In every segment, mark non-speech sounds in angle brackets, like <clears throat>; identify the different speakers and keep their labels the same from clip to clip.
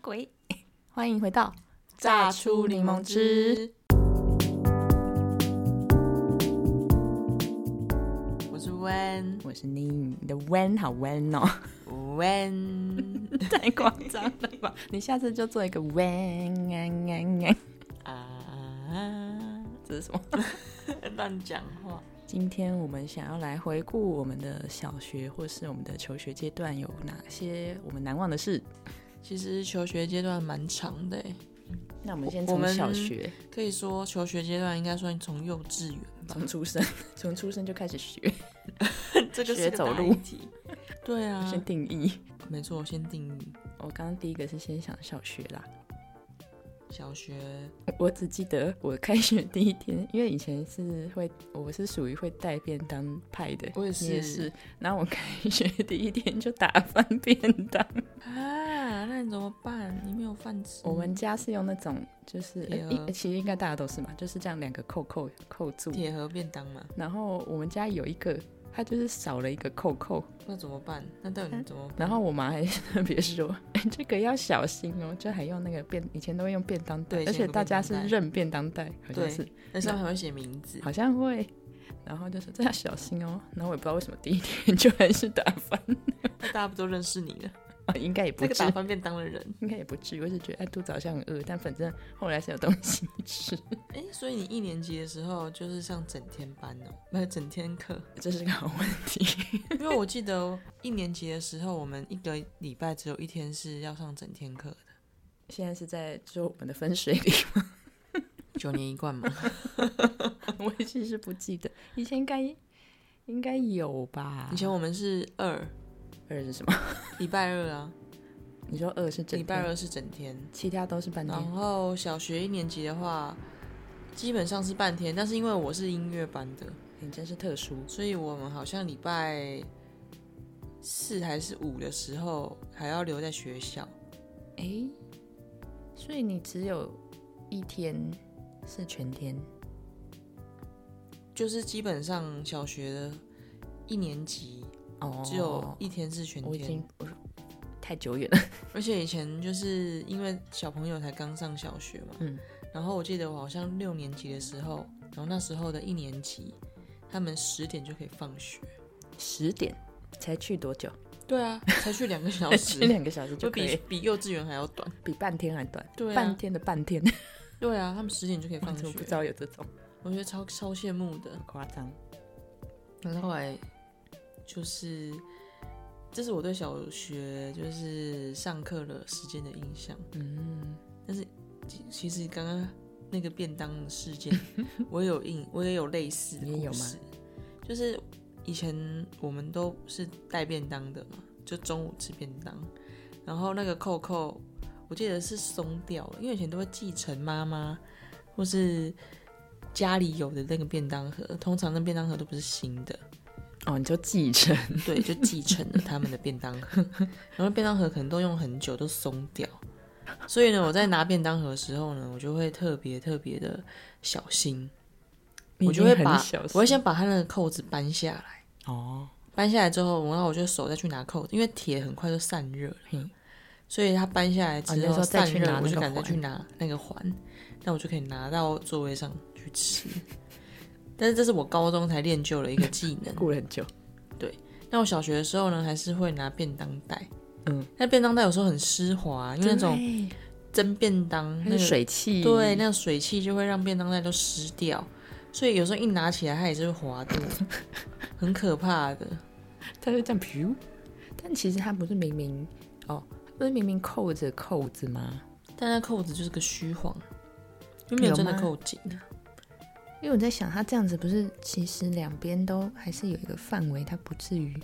Speaker 1: 鬼。欢迎回到，
Speaker 2: 榨出柠檬汁。我是 Wen
Speaker 1: 我是你，你的 when 好
Speaker 2: <laughs>
Speaker 1: when 哦，
Speaker 2: Wen
Speaker 1: 太夸张了吧？你下次就做一个 when，嗯嗯嗯
Speaker 2: 啊，
Speaker 1: 这是什么？
Speaker 2: 乱讲话。
Speaker 1: 今天我们想要来回顾我们的小学或是我们的求学阶段有哪些我们难忘的事。
Speaker 2: 其实求学阶段蛮长的诶，
Speaker 1: 那我们先
Speaker 2: 我
Speaker 1: 从
Speaker 2: 们
Speaker 1: 小学，
Speaker 2: 可以说求学阶段应该算从幼稚园吧。
Speaker 1: 从出生，从出生就开始学，
Speaker 2: <laughs> 这个
Speaker 1: 学
Speaker 2: 是个
Speaker 1: 走
Speaker 2: 大
Speaker 1: 路
Speaker 2: 议题。对啊，
Speaker 1: 先定义。
Speaker 2: 没错，先定义
Speaker 1: 我刚刚第一个是先想小学啦， <laughs>
Speaker 2: 小学
Speaker 1: 我只记得我开学第一天，因为以前是会，我是属于会带便当派的，
Speaker 2: 我也
Speaker 1: 你也
Speaker 2: 是
Speaker 1: 是。然后我开学第一天就打翻便
Speaker 2: <laughs>
Speaker 1: 当，
Speaker 2: 啊，那你怎么办？你没有饭吃。
Speaker 1: 我们家是用那种就是，
Speaker 2: 铁
Speaker 1: 呃
Speaker 2: 盒
Speaker 1: 一其实应该大家都是嘛，就是这样两个扣扣扣住，
Speaker 2: 铁盒便当嘛，
Speaker 1: 然后我们家有一个，它就是少了一个扣扣，
Speaker 2: 那怎么办？那到
Speaker 1: 嗯
Speaker 2: 底怎么办？
Speaker 1: 然后我妈还特别说， <laughs> 哎，这个要小心哦，就还用那个便，以前都会用便当袋，
Speaker 2: 对以
Speaker 1: 而
Speaker 2: 前
Speaker 1: 且
Speaker 2: 有
Speaker 1: 大
Speaker 2: 便
Speaker 1: 家
Speaker 2: 当
Speaker 1: 是
Speaker 2: 袋
Speaker 1: 认便当袋，好像
Speaker 2: 对
Speaker 1: 是，
Speaker 2: 那上面还会写名字。
Speaker 1: 好像会。然后就说这要小心哦，然后我也不知道为什么第一天就还是打翻，
Speaker 2: 那大家不都认识你了？
Speaker 1: 啊应该也不
Speaker 2: 这个
Speaker 1: 至
Speaker 2: 打
Speaker 1: 于，
Speaker 2: 翻便当的人，
Speaker 1: 应该也不至于，我就觉得哎肚子好像很饿，但反正后来是有东西吃，
Speaker 2: 哎、所以你一年级的时候就是上整天班哦，不是整天课，
Speaker 1: 这是个好问题。
Speaker 2: <laughs> 因为我记得一年级的时候，我们一个礼拜只有一天是要上整天课的，
Speaker 1: 现在是在说我们的分水岭
Speaker 2: 九年一贯
Speaker 1: <laughs>
Speaker 2: 嘛。
Speaker 1: 我其实不记得，以前应该应该有吧？
Speaker 2: 以前我们是二
Speaker 1: 二是什么？
Speaker 2: 礼拜二啊，
Speaker 1: 你说二是整
Speaker 2: 礼拜
Speaker 1: 天，
Speaker 2: 二是整天，
Speaker 1: 其他都是半
Speaker 2: 然
Speaker 1: 天。
Speaker 2: 后小学一年级的话，基本上是半天，但是因为我是音乐班的，
Speaker 1: 你真是特殊，
Speaker 2: 所以我们好像礼拜四还是五的时候还要留在学校。
Speaker 1: 哎、所以你只有一天是全天，
Speaker 2: 就是基本上小学的一年级
Speaker 1: 哦，
Speaker 2: 只有一天是全
Speaker 1: 我已
Speaker 2: 天
Speaker 1: 经，我太久远了，
Speaker 2: 而且以前就是因为小朋友才刚上小学嘛，
Speaker 1: 嗯，
Speaker 2: 然后我记得我好像六年级的时候，然后那时候的一年级，他们十点就可以放学，
Speaker 1: 十点才去多久？
Speaker 2: 对啊， <laughs> 才去两个小
Speaker 1: 去
Speaker 2: 时，
Speaker 1: 两个小时
Speaker 2: 就
Speaker 1: 就可
Speaker 2: 嗯比
Speaker 1: 以，
Speaker 2: 比幼稚园还要短，
Speaker 1: 比半天还短，
Speaker 2: 对啊
Speaker 1: 半天的半天，
Speaker 2: 对啊，他们十点就可以
Speaker 1: 我
Speaker 2: 放
Speaker 1: 哦 <laughs> 怎么不知
Speaker 2: 学，
Speaker 1: 道有这种
Speaker 2: 我觉得超超羡慕的。
Speaker 1: 夸张？
Speaker 2: 然后后来就是，这是我对小学就是上课的时间的印象。
Speaker 1: 嗯，
Speaker 2: 其其实刚刚那个便当的事件，我也有印，我也有类似的
Speaker 1: 你也有
Speaker 2: 故事。就是以前我们都是带便当的嘛，就中午吃便当，然后那个扣扣，我记得是松掉了，因为以前都会继承妈妈或是家里有的那个便当盒，通常那便当盒都不是新的，
Speaker 1: 哦，你就继承，
Speaker 2: 对，就继承了他们的便当盒， <laughs> 然后便当盒可能都用很久都松掉，所以呢，我在拿便当盒的时候呢，我就会特别特别的小心，
Speaker 1: 你
Speaker 2: 我
Speaker 1: 已
Speaker 2: 就
Speaker 1: 经
Speaker 2: 会
Speaker 1: 很
Speaker 2: 把
Speaker 1: 小
Speaker 2: 我会
Speaker 1: 心
Speaker 2: 先把它那个扣子扳下来，
Speaker 1: 哦，
Speaker 2: 扳下来之后，然后我就手再去拿扣子，因为铁很快就散热了
Speaker 1: 嗯，
Speaker 2: 所以它扳下来
Speaker 1: 哦你
Speaker 2: 之
Speaker 1: 那时
Speaker 2: 后
Speaker 1: 候再
Speaker 2: 散
Speaker 1: 去
Speaker 2: 热，
Speaker 1: 拿
Speaker 2: 我
Speaker 1: 那
Speaker 2: 就
Speaker 1: 个
Speaker 2: 赶再
Speaker 1: 环
Speaker 2: 去拿那个环，那我就可以拿到座位上去吃。 <laughs> 但是这是我高中才练就了一个技能，
Speaker 1: 过了很久。
Speaker 2: 那我小学的时候呢，还是会拿便当袋。
Speaker 1: 嗯，
Speaker 2: 那便当袋有时候很湿滑，因为那种
Speaker 1: 对
Speaker 2: 蒸便当那
Speaker 1: 它
Speaker 2: 个
Speaker 1: 是水汽，
Speaker 2: 对，那个水汽就会让便当袋都湿掉，所以有时候一拿起来它也是会滑的，很可怕的。
Speaker 1: 它就这样噗。但其实它不是明明哦，不是明明扣着扣子吗？
Speaker 2: 但那扣子就是个虚晃，因为没有真的
Speaker 1: 有吗
Speaker 2: 扣紧啊。
Speaker 1: 因为我在想，它这样子不是其实两边都还是有一个范围，它不至于。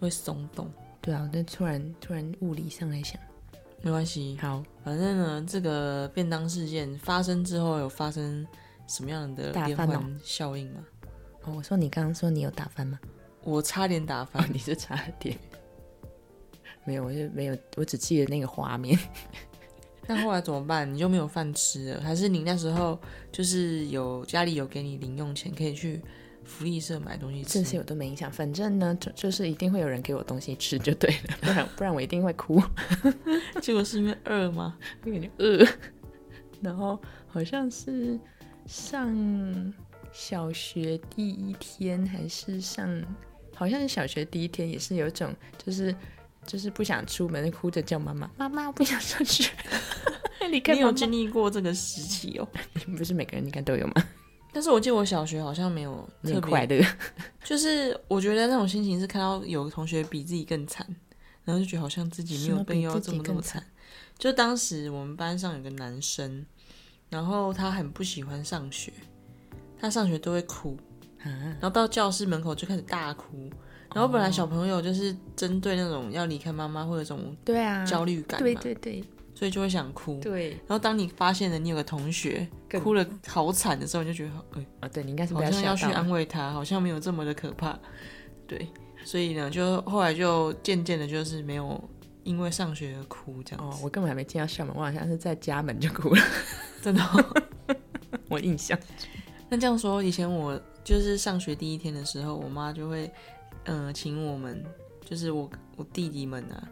Speaker 2: 会松动。
Speaker 1: 对啊，我就突然突然物理上来想，
Speaker 2: 没关系，
Speaker 1: 好
Speaker 2: 反正呢，这个便当事件发生之后，有发生什么样的
Speaker 1: 打
Speaker 2: 连
Speaker 1: 翻哦
Speaker 2: 环效应吗？
Speaker 1: 哦，我说你刚刚说你有打翻吗？
Speaker 2: 我差点打翻，
Speaker 1: 你是差点。没有，我就没有，我只记得那个画面。
Speaker 2: 那后来怎么办？你就没有饭吃了，还是你那时候就是有家里有给你零用钱，可以去福利社买东西
Speaker 1: 这
Speaker 2: 吃。
Speaker 1: 些我都没印象。反正呢，就就是一定会有人给我东西吃就对了，不然不然我一定会哭，
Speaker 2: <laughs> 结果是因为饿吗？
Speaker 1: 因为感觉饿。然后好像是上小学第一天，还是上好像是小学第一天，也是有一种就是就是不想出门，哭着叫妈妈：“妈妈，我不想上学。” <laughs> 你看
Speaker 2: 你有
Speaker 1: 妈妈，
Speaker 2: 经历过这个时期哦。
Speaker 1: 不是每个人应该都有吗？
Speaker 2: 但是我记得我小学好像没有
Speaker 1: 你
Speaker 2: 特
Speaker 1: 很快
Speaker 2: 别，
Speaker 1: 乐，
Speaker 2: 就是我觉得那种心情是看到有同学比自己更惨，然后就觉得好像自己没
Speaker 1: 什
Speaker 2: 有
Speaker 1: 么
Speaker 2: 被
Speaker 1: 比
Speaker 2: 要
Speaker 1: 自
Speaker 2: 这
Speaker 1: 己
Speaker 2: 么那
Speaker 1: 更
Speaker 2: 么惨。就当时我们班上有个男生，然后他很不喜欢上学，他上学都会哭，
Speaker 1: 啊，
Speaker 2: 然后到教室门口就开始大哭。然后本来小朋友就是针对那种要离开妈妈会有一种
Speaker 1: 对 <laughs> 啊，
Speaker 2: 焦虑感嘛，
Speaker 1: 对对对
Speaker 2: 所以就会想哭。
Speaker 1: 对
Speaker 2: 然后当你发现了你有个同学
Speaker 1: 更
Speaker 2: 哭了好惨的时候，你就觉得哎、
Speaker 1: 啊，对你应该是不
Speaker 2: 好像
Speaker 1: 吓
Speaker 2: 要去
Speaker 1: 到
Speaker 2: 安慰他，好像没有这么的可怕。对，所以呢，就后来就渐渐的，就是没有因为上学而哭这样 <laughs>
Speaker 1: 哦
Speaker 2: 子，，
Speaker 1: 我根本还没进到校门，我好像是在家门就哭了， <laughs>
Speaker 2: 真的哦、 <laughs>
Speaker 1: 我印象。
Speaker 2: 那这样说，以前我就是上学第一天的时候，我妈就会嗯、呃请我们，就是我我弟弟们啊，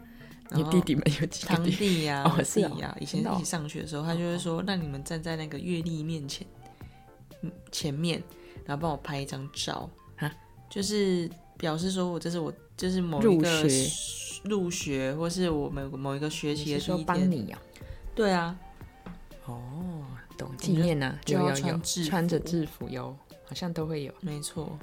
Speaker 2: 然
Speaker 1: 你
Speaker 2: 后
Speaker 1: 弟弟们有几个
Speaker 2: <laughs> 堂
Speaker 1: 弟？
Speaker 2: 弟呀、
Speaker 1: 哦
Speaker 2: 我
Speaker 1: 是
Speaker 2: 弟
Speaker 1: 哦
Speaker 2: 呀、以前
Speaker 1: 真的哦
Speaker 2: 一起上学的时候，他就会说：“那你们站在那个阅历面前，嗯前面，然后帮我拍一张照
Speaker 1: 啊，
Speaker 2: 就是表示说我这是我就是某一
Speaker 1: 入
Speaker 2: 个
Speaker 1: 学
Speaker 2: 学入学，或是我们某一个学期
Speaker 1: 你
Speaker 2: 的
Speaker 1: 是说
Speaker 2: 第一
Speaker 1: 帮
Speaker 2: 天。
Speaker 1: 你啊？
Speaker 2: 对啊，
Speaker 1: 哦，懂纪念啊，
Speaker 2: 嗯就
Speaker 1: 有
Speaker 2: 要
Speaker 1: 有
Speaker 2: 穿
Speaker 1: 有，
Speaker 2: 制服
Speaker 1: 穿着制服有，好像都会有，
Speaker 2: 没错，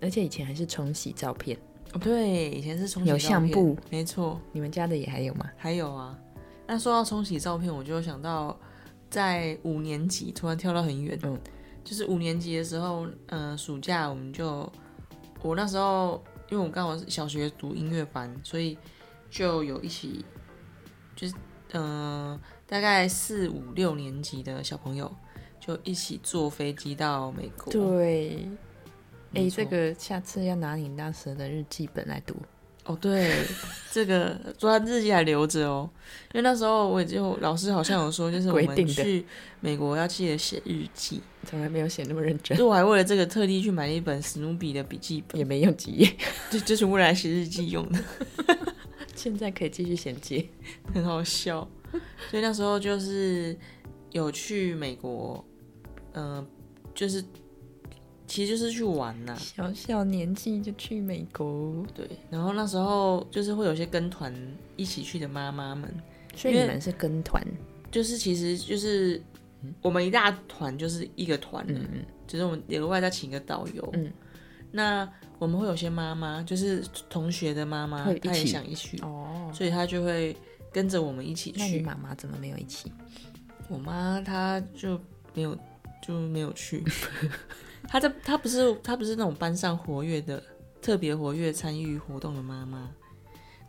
Speaker 1: 而且以前还是冲洗照片，
Speaker 2: 哦对，以前是冲洗
Speaker 1: 有
Speaker 2: 照
Speaker 1: 相
Speaker 2: 片
Speaker 1: 簿，
Speaker 2: 没错。
Speaker 1: 你们家的也还有吗？
Speaker 2: 还有啊，那说到冲洗照片，我就想到在五年级突然跳到很远，
Speaker 1: 嗯
Speaker 2: 就是五年级的时候，呃，暑假我们就我那时候因为我刚好是小学读音乐班，所以就有一起就是呃大概四五六年级的小朋友就一起坐飞机到美国，
Speaker 1: 对，哎、
Speaker 2: 没错
Speaker 1: 这个下次要拿你当时的日记本来读，
Speaker 2: 哦，对，这个昨天日记还留着哦，因为那时候我已经有老师好像有说，就是我
Speaker 1: 规
Speaker 2: 们
Speaker 1: 定的
Speaker 2: 去美国要记得写日记，
Speaker 1: 从来没有写那么认真， <laughs>
Speaker 2: 就我还为了这个特地去买了一本史努比的笔记本，
Speaker 1: 也没用几页， <laughs>
Speaker 2: 就就是为了写日记用的，
Speaker 1: 现在可以继续衔接。
Speaker 2: 很好笑。 <laughs> 所以那时候就是有去美国，嗯、就是其实就是去玩呐、
Speaker 1: 小小年纪就去美国，
Speaker 2: 对。然后那时候就是会有些跟团一起去的妈妈们，
Speaker 1: 所以
Speaker 2: 因
Speaker 1: 你
Speaker 2: 为
Speaker 1: 们是跟团，
Speaker 2: 就是其实就是我们一大团就是一个团了，
Speaker 1: 嗯嗯，
Speaker 2: 就是我们额外再请一个导游。
Speaker 1: 嗯，
Speaker 2: 那我们会有些妈妈，就是同学的妈妈
Speaker 1: 会一，起
Speaker 2: 她也想一起，
Speaker 1: 哦，
Speaker 2: 所以她就会跟着我们一起
Speaker 1: 那你
Speaker 2: 去。
Speaker 1: 妈妈怎么没有一起？
Speaker 2: 我妈她就没有就没有去，她在她不是她不是那种班上活跃的特别活跃参与活动的妈妈。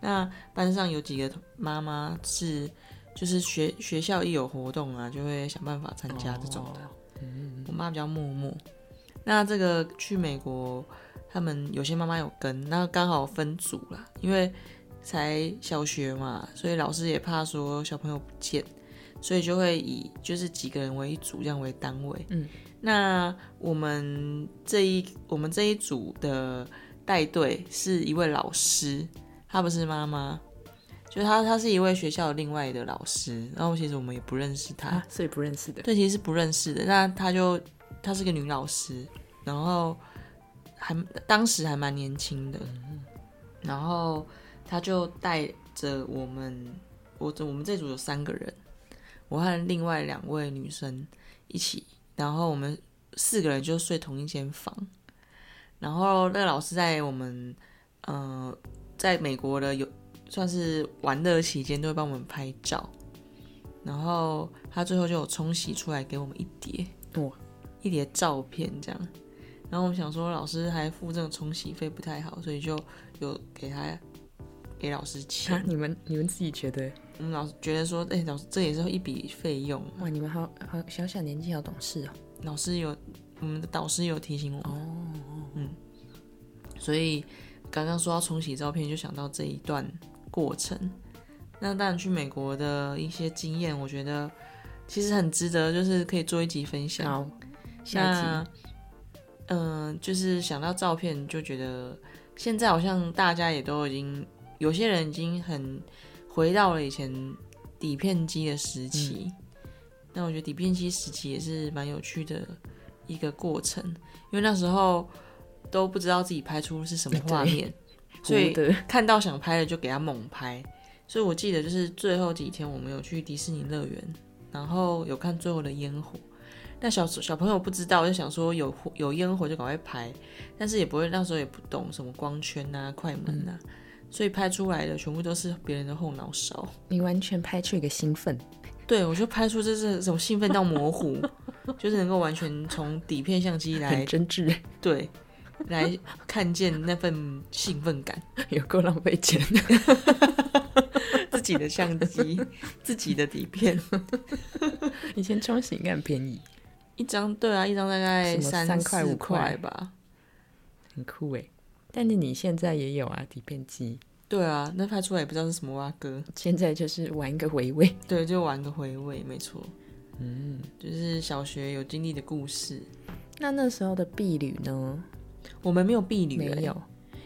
Speaker 2: 那班上有几个妈妈是，就是学学校一有活动啊，就会想办法参加这种的。
Speaker 1: 哦嗯，
Speaker 2: 我妈比较默默。那这个去美国，他们有些妈妈有跟，那刚好分组啦，因为才小学嘛，所以老师也怕说小朋友不见，所以就会以就是几个人为一组这样为单位。
Speaker 1: 嗯，
Speaker 2: 那我们这一我们这一组的带队是一位老师，她不是妈妈。就是她，她是一位学校另外的老师，然后其实我们也不认识她，
Speaker 1: 啊，所以不认识的，
Speaker 2: 对，其实是不认识的。那她就她是个女老师，然后还当时还蛮年轻的，然后她就带着我们，我我们这组有三个人，我和另外两位女生一起，然后我们四个人就睡同一间房，然后那个老师在我们呃在美国的有算是玩乐期间都会帮我们拍照。然后他最后就有冲洗出来给我们一叠，
Speaker 1: 哇，
Speaker 2: 一叠照片这样。然后我们想说老师还付这种冲洗费不太好，所以就有给他给老师
Speaker 1: 啊 <laughs>
Speaker 2: 钱。，
Speaker 1: 你们你们自己觉得，
Speaker 2: 我们老师觉得说，哎、老师这也是一笔费用。
Speaker 1: 哇，你们好好小小年纪好懂事哦，
Speaker 2: 老师有我们的导师有提醒我们，嗯
Speaker 1: 哦，
Speaker 2: 所以刚刚说到冲洗照片，就想到这一段过程。那当然去美国的一些经验，我觉得其实很值得，就是可以做一集分享。
Speaker 1: 好，下一集
Speaker 2: 那嗯、就是想到照片就觉得，现在好像大家也都已经，有些人已经很回到了以前底片机的时期。那我觉得底片机时期也是蛮有趣的一个过程，因为那时候都不知道自己拍出是什么画面，所以
Speaker 1: 糊的，
Speaker 2: 看到想拍的就给他猛拍。所以我记得就是最后几天我们有去迪士尼乐园，然后有看最后的烟火。那小小朋友不知道，就想说有火有烟火就赶快拍，但是也不会那时候也不懂什么光圈啊、快门啊，所以拍出来的全部都是别人的后脑勺。
Speaker 1: 你完全拍出一个兴奋，
Speaker 2: 对，我就拍出这是种兴奋到模糊， <laughs> 就是能够完全从底片相机
Speaker 1: 很
Speaker 2: 来
Speaker 1: 真挚， <laughs>
Speaker 2: 对来看见那份兴奋感。
Speaker 1: 有够浪费钱。 <laughs>
Speaker 2: 自己的相机，自己的底片，
Speaker 1: 以前冲洗应该很便宜，
Speaker 2: 一张对啊，一张大概
Speaker 1: 什么
Speaker 2: 三
Speaker 1: 三块
Speaker 2: 四
Speaker 1: 五块
Speaker 2: 块吧。
Speaker 1: 很酷诶。但是你现在也有啊，底片机，
Speaker 2: 对啊，那拍出来也不知道是什么蛙哥，
Speaker 1: 现在就是玩一个回味。
Speaker 2: 对，就玩个回味，没错。嗯，就是小学有经历的故事。
Speaker 1: 那那时候的婢旅呢？
Speaker 2: 我们没有避旅、
Speaker 1: 没
Speaker 2: 欸，
Speaker 1: 有，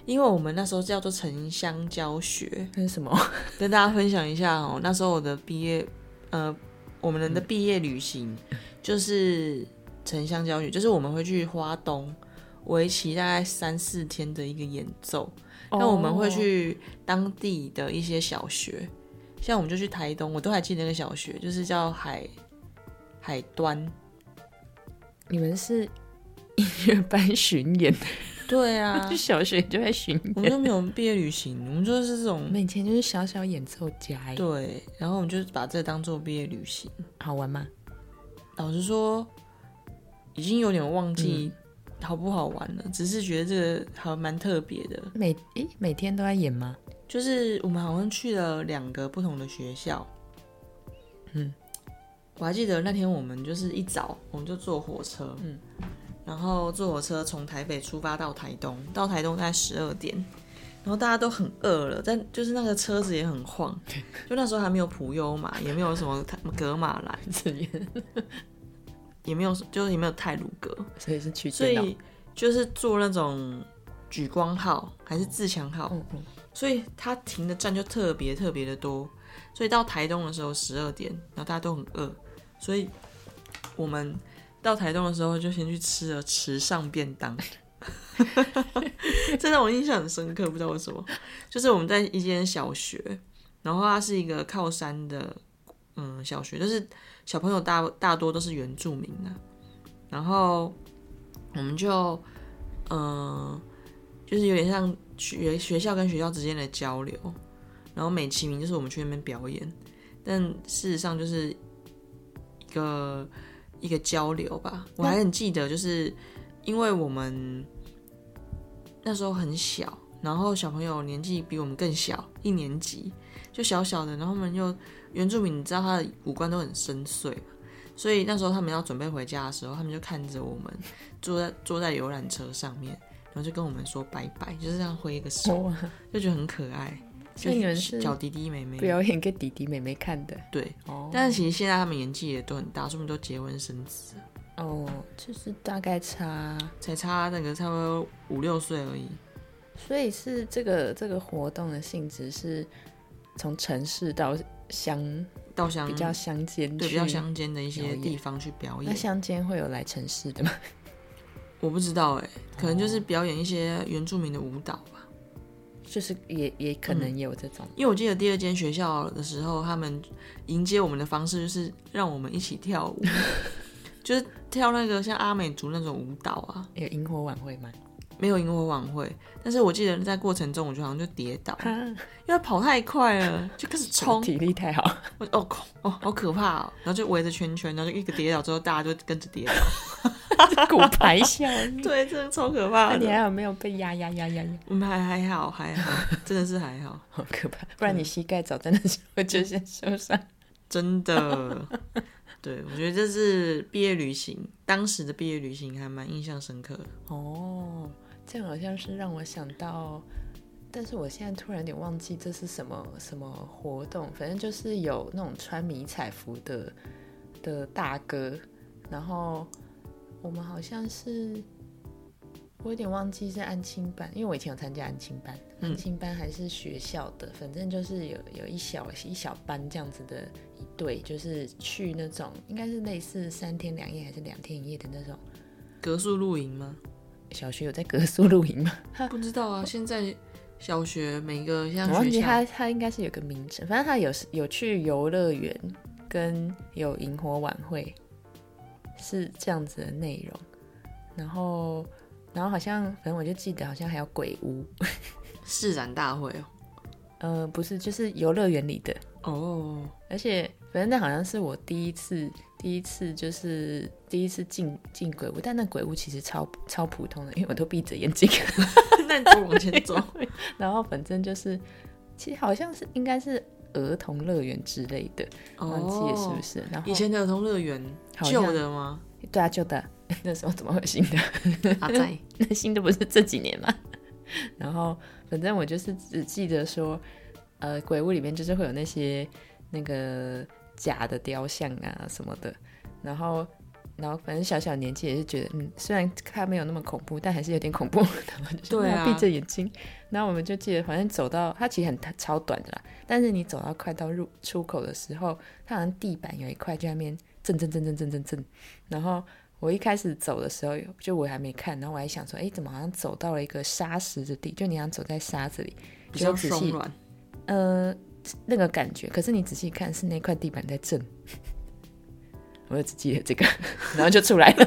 Speaker 2: 因为我们那时候叫做城乡教学。
Speaker 1: 那是什么？
Speaker 2: 跟大家分享一下哦，那时候我的毕业，呃，我们的毕业旅行就是城乡教学，就是我们会去花东，为期大概三四天的一个演奏。
Speaker 1: 哦
Speaker 2: 那我们会去当地的一些小学，像我们就去台东，我都还记得那个小学，就是叫海海端。
Speaker 1: 你们是音乐班巡演，，
Speaker 2: 对啊
Speaker 1: 小学 <laughs> 就在巡
Speaker 2: <laughs> 我们
Speaker 1: 演。
Speaker 2: 就没有毕业旅行，我们就是这
Speaker 1: 我
Speaker 2: 种
Speaker 1: 们以前就是小小演奏家欸，
Speaker 2: 对，然后我们就把这当做毕业旅行。
Speaker 1: 好玩吗？
Speaker 2: 老实说，已经有点忘记好不好玩了，只是觉得这个还蛮特别的。
Speaker 1: 每诶每天都在演吗？
Speaker 2: 就是我们好像去了两个不同的学校。嗯，我还记得那天我们就是一早我们就坐火车，嗯，然后坐火车从台北出发到台东，到台东大概十二点，然后大家都很饿了，但就是那个车子也很 <laughs> 晃，就那时候还没有普悠嘛，也没有什么格马兰，也没有就是也没有泰鲁格，
Speaker 1: 所以是去
Speaker 2: 所
Speaker 1: 电脑。
Speaker 2: 以就是坐那种举光号还是自强号，
Speaker 1: 嗯嗯
Speaker 2: 所以他停的站就特别特别的多。所以到台东的时候十二点，然后大家都很饿，所以我们到台东的时候就先去吃了池上便当。 <laughs> 这让我印象很深刻，不知道为什么。就是我们在一间小学，然后它是一个靠山的，嗯，小学，就是小朋友大大多都是原住民的、然后我们就，嗯、就是有点像学学校跟学校之间的交流，然后美其名就是我们去那边表演，但事实上就是一个一个交流吧。我还很记得，就是因为我们那时候很小，然后小朋友年纪比我们更小，一年级就小小的，然后我们又原住民，你知道他的五官都很深邃嘛，所以那时候他们要准备回家的时候，他们就看着我们坐在坐在游览车上面。然后就跟我们说拜拜，就是这样挥一个手，
Speaker 1: 哇，
Speaker 2: 就觉得很可爱。
Speaker 1: 所以你们
Speaker 2: 就是小弟弟妹妹，
Speaker 1: 表演给弟弟妹妹看的
Speaker 2: 对，
Speaker 1: 哦
Speaker 2: 但是其实现在他们年纪也都很大，说明都结婚生子了，
Speaker 1: 哦，就是大概差，
Speaker 2: 才差那个差不多五六岁而已。
Speaker 1: 所以是这个这个活动的性质是从城市到乡
Speaker 2: 到乡
Speaker 1: 比较乡间去，
Speaker 2: 对比较乡间的一
Speaker 1: 表
Speaker 2: 些
Speaker 1: 演
Speaker 2: 地方去表
Speaker 1: 那
Speaker 2: 演，
Speaker 1: 乡间会有来城市的吗？
Speaker 2: 我不知道哎、可能
Speaker 1: 哦
Speaker 2: 就是表演一些原住民的舞蹈吧。
Speaker 1: 就是也也可能有这种，
Speaker 2: 因为我记得第二间学校的时候，他们迎接我们的方式就是让我们一起跳舞， <laughs> 就是跳那个像阿美族那种舞蹈啊。
Speaker 1: 有萤火晚会吗？
Speaker 2: 没有萤火晚会，但是我记得在过程中，我就好像就跌倒，
Speaker 1: <laughs> 哈，
Speaker 2: 因为跑太快了，就开始冲，
Speaker 1: 体力太好，
Speaker 2: 我就哦恐哦好可怕哦，然后就围着圈圈，然后就一个跌倒之后，大家就跟着跌倒，
Speaker 1: <laughs> 骨牌效
Speaker 2: <laughs>
Speaker 1: 应。
Speaker 2: 对，真的超可
Speaker 1: 那
Speaker 2: 怕
Speaker 1: 你
Speaker 2: 的。
Speaker 1: 还有没有被压压压压压？
Speaker 2: 我们还还好还好，真的是还好，
Speaker 1: 好可怕！不然你膝盖早在那时候就先受伤。
Speaker 2: 真
Speaker 1: <laughs>
Speaker 2: 的。对，我觉得这是毕业旅行，当时的毕业旅行还蛮印象深刻的。
Speaker 1: 哦，这样好像是让我想到，但是我现在突然有点忘记这是什么什么活动，反正就是有那种穿迷彩服的的大哥，然后我们好像是我有点忘记是安亲班，因为我以前有参加安亲班，
Speaker 2: 嗯
Speaker 1: 安亲班还是学校的，反正就是有有一小一小班这样子的一队，就是去那种应该是类似三天两夜还是两天一夜的那种。
Speaker 2: 格数露营吗？
Speaker 1: 小学有在格宿露营吗？
Speaker 2: 不知道啊，现在小学每个像
Speaker 1: 我忘
Speaker 2: 学
Speaker 1: 记
Speaker 2: 校
Speaker 1: 它它应该是有个名称，反正它有有去游乐园跟有萤火晚会，是这样子的内容。然后然后好像反正我就记得好像还有鬼屋，
Speaker 2: 市展大会
Speaker 1: 呃，不是就是游乐园里的，
Speaker 2: 哦。哦，
Speaker 1: 而且反正那好像是我第一次，第一次就是第一次进进鬼屋，但那鬼屋其实超超普通的，因为我都闭着眼睛。
Speaker 2: <laughs> 那你就往前走。
Speaker 1: <laughs> 然后反正就是，其实好像是应该是儿童乐园之类的，忘记了是不
Speaker 2: 哦，
Speaker 1: 是？然后
Speaker 2: 以前的儿童乐园
Speaker 1: 好像
Speaker 2: 旧的
Speaker 1: <laughs>
Speaker 2: 吗？
Speaker 1: 对啊，旧的那时候怎么会有新的？ <laughs>
Speaker 2: 阿在
Speaker 1: 那新的不是这几年吗？ <laughs> 然后反正我就是只记得说，呃，鬼屋里面就是会有那些那个假的雕像啊什么的，然后。然后反正小小年纪也是觉得，嗯，虽然它没有那么恐怖，但还是有点恐怖。然后就是
Speaker 2: 对啊
Speaker 1: 闭着眼睛，然后我们就记得，反正走到它其实很超短的啦，但是你走到快到入出口的时候，它好像地板有一块就在那边震震震震震震震。然后我一开始走的时候，就我还没看，然后我还想说，哎，怎么好像走到了一个沙石之地？就你好像走在沙子里，
Speaker 2: 比较
Speaker 1: 就仔
Speaker 2: 松
Speaker 1: 细
Speaker 2: 软，
Speaker 1: 呃，那个感觉。可是你仔细看，是那块地板在震。 <laughs> 我就只记得这个， <laughs> 然后就出来了。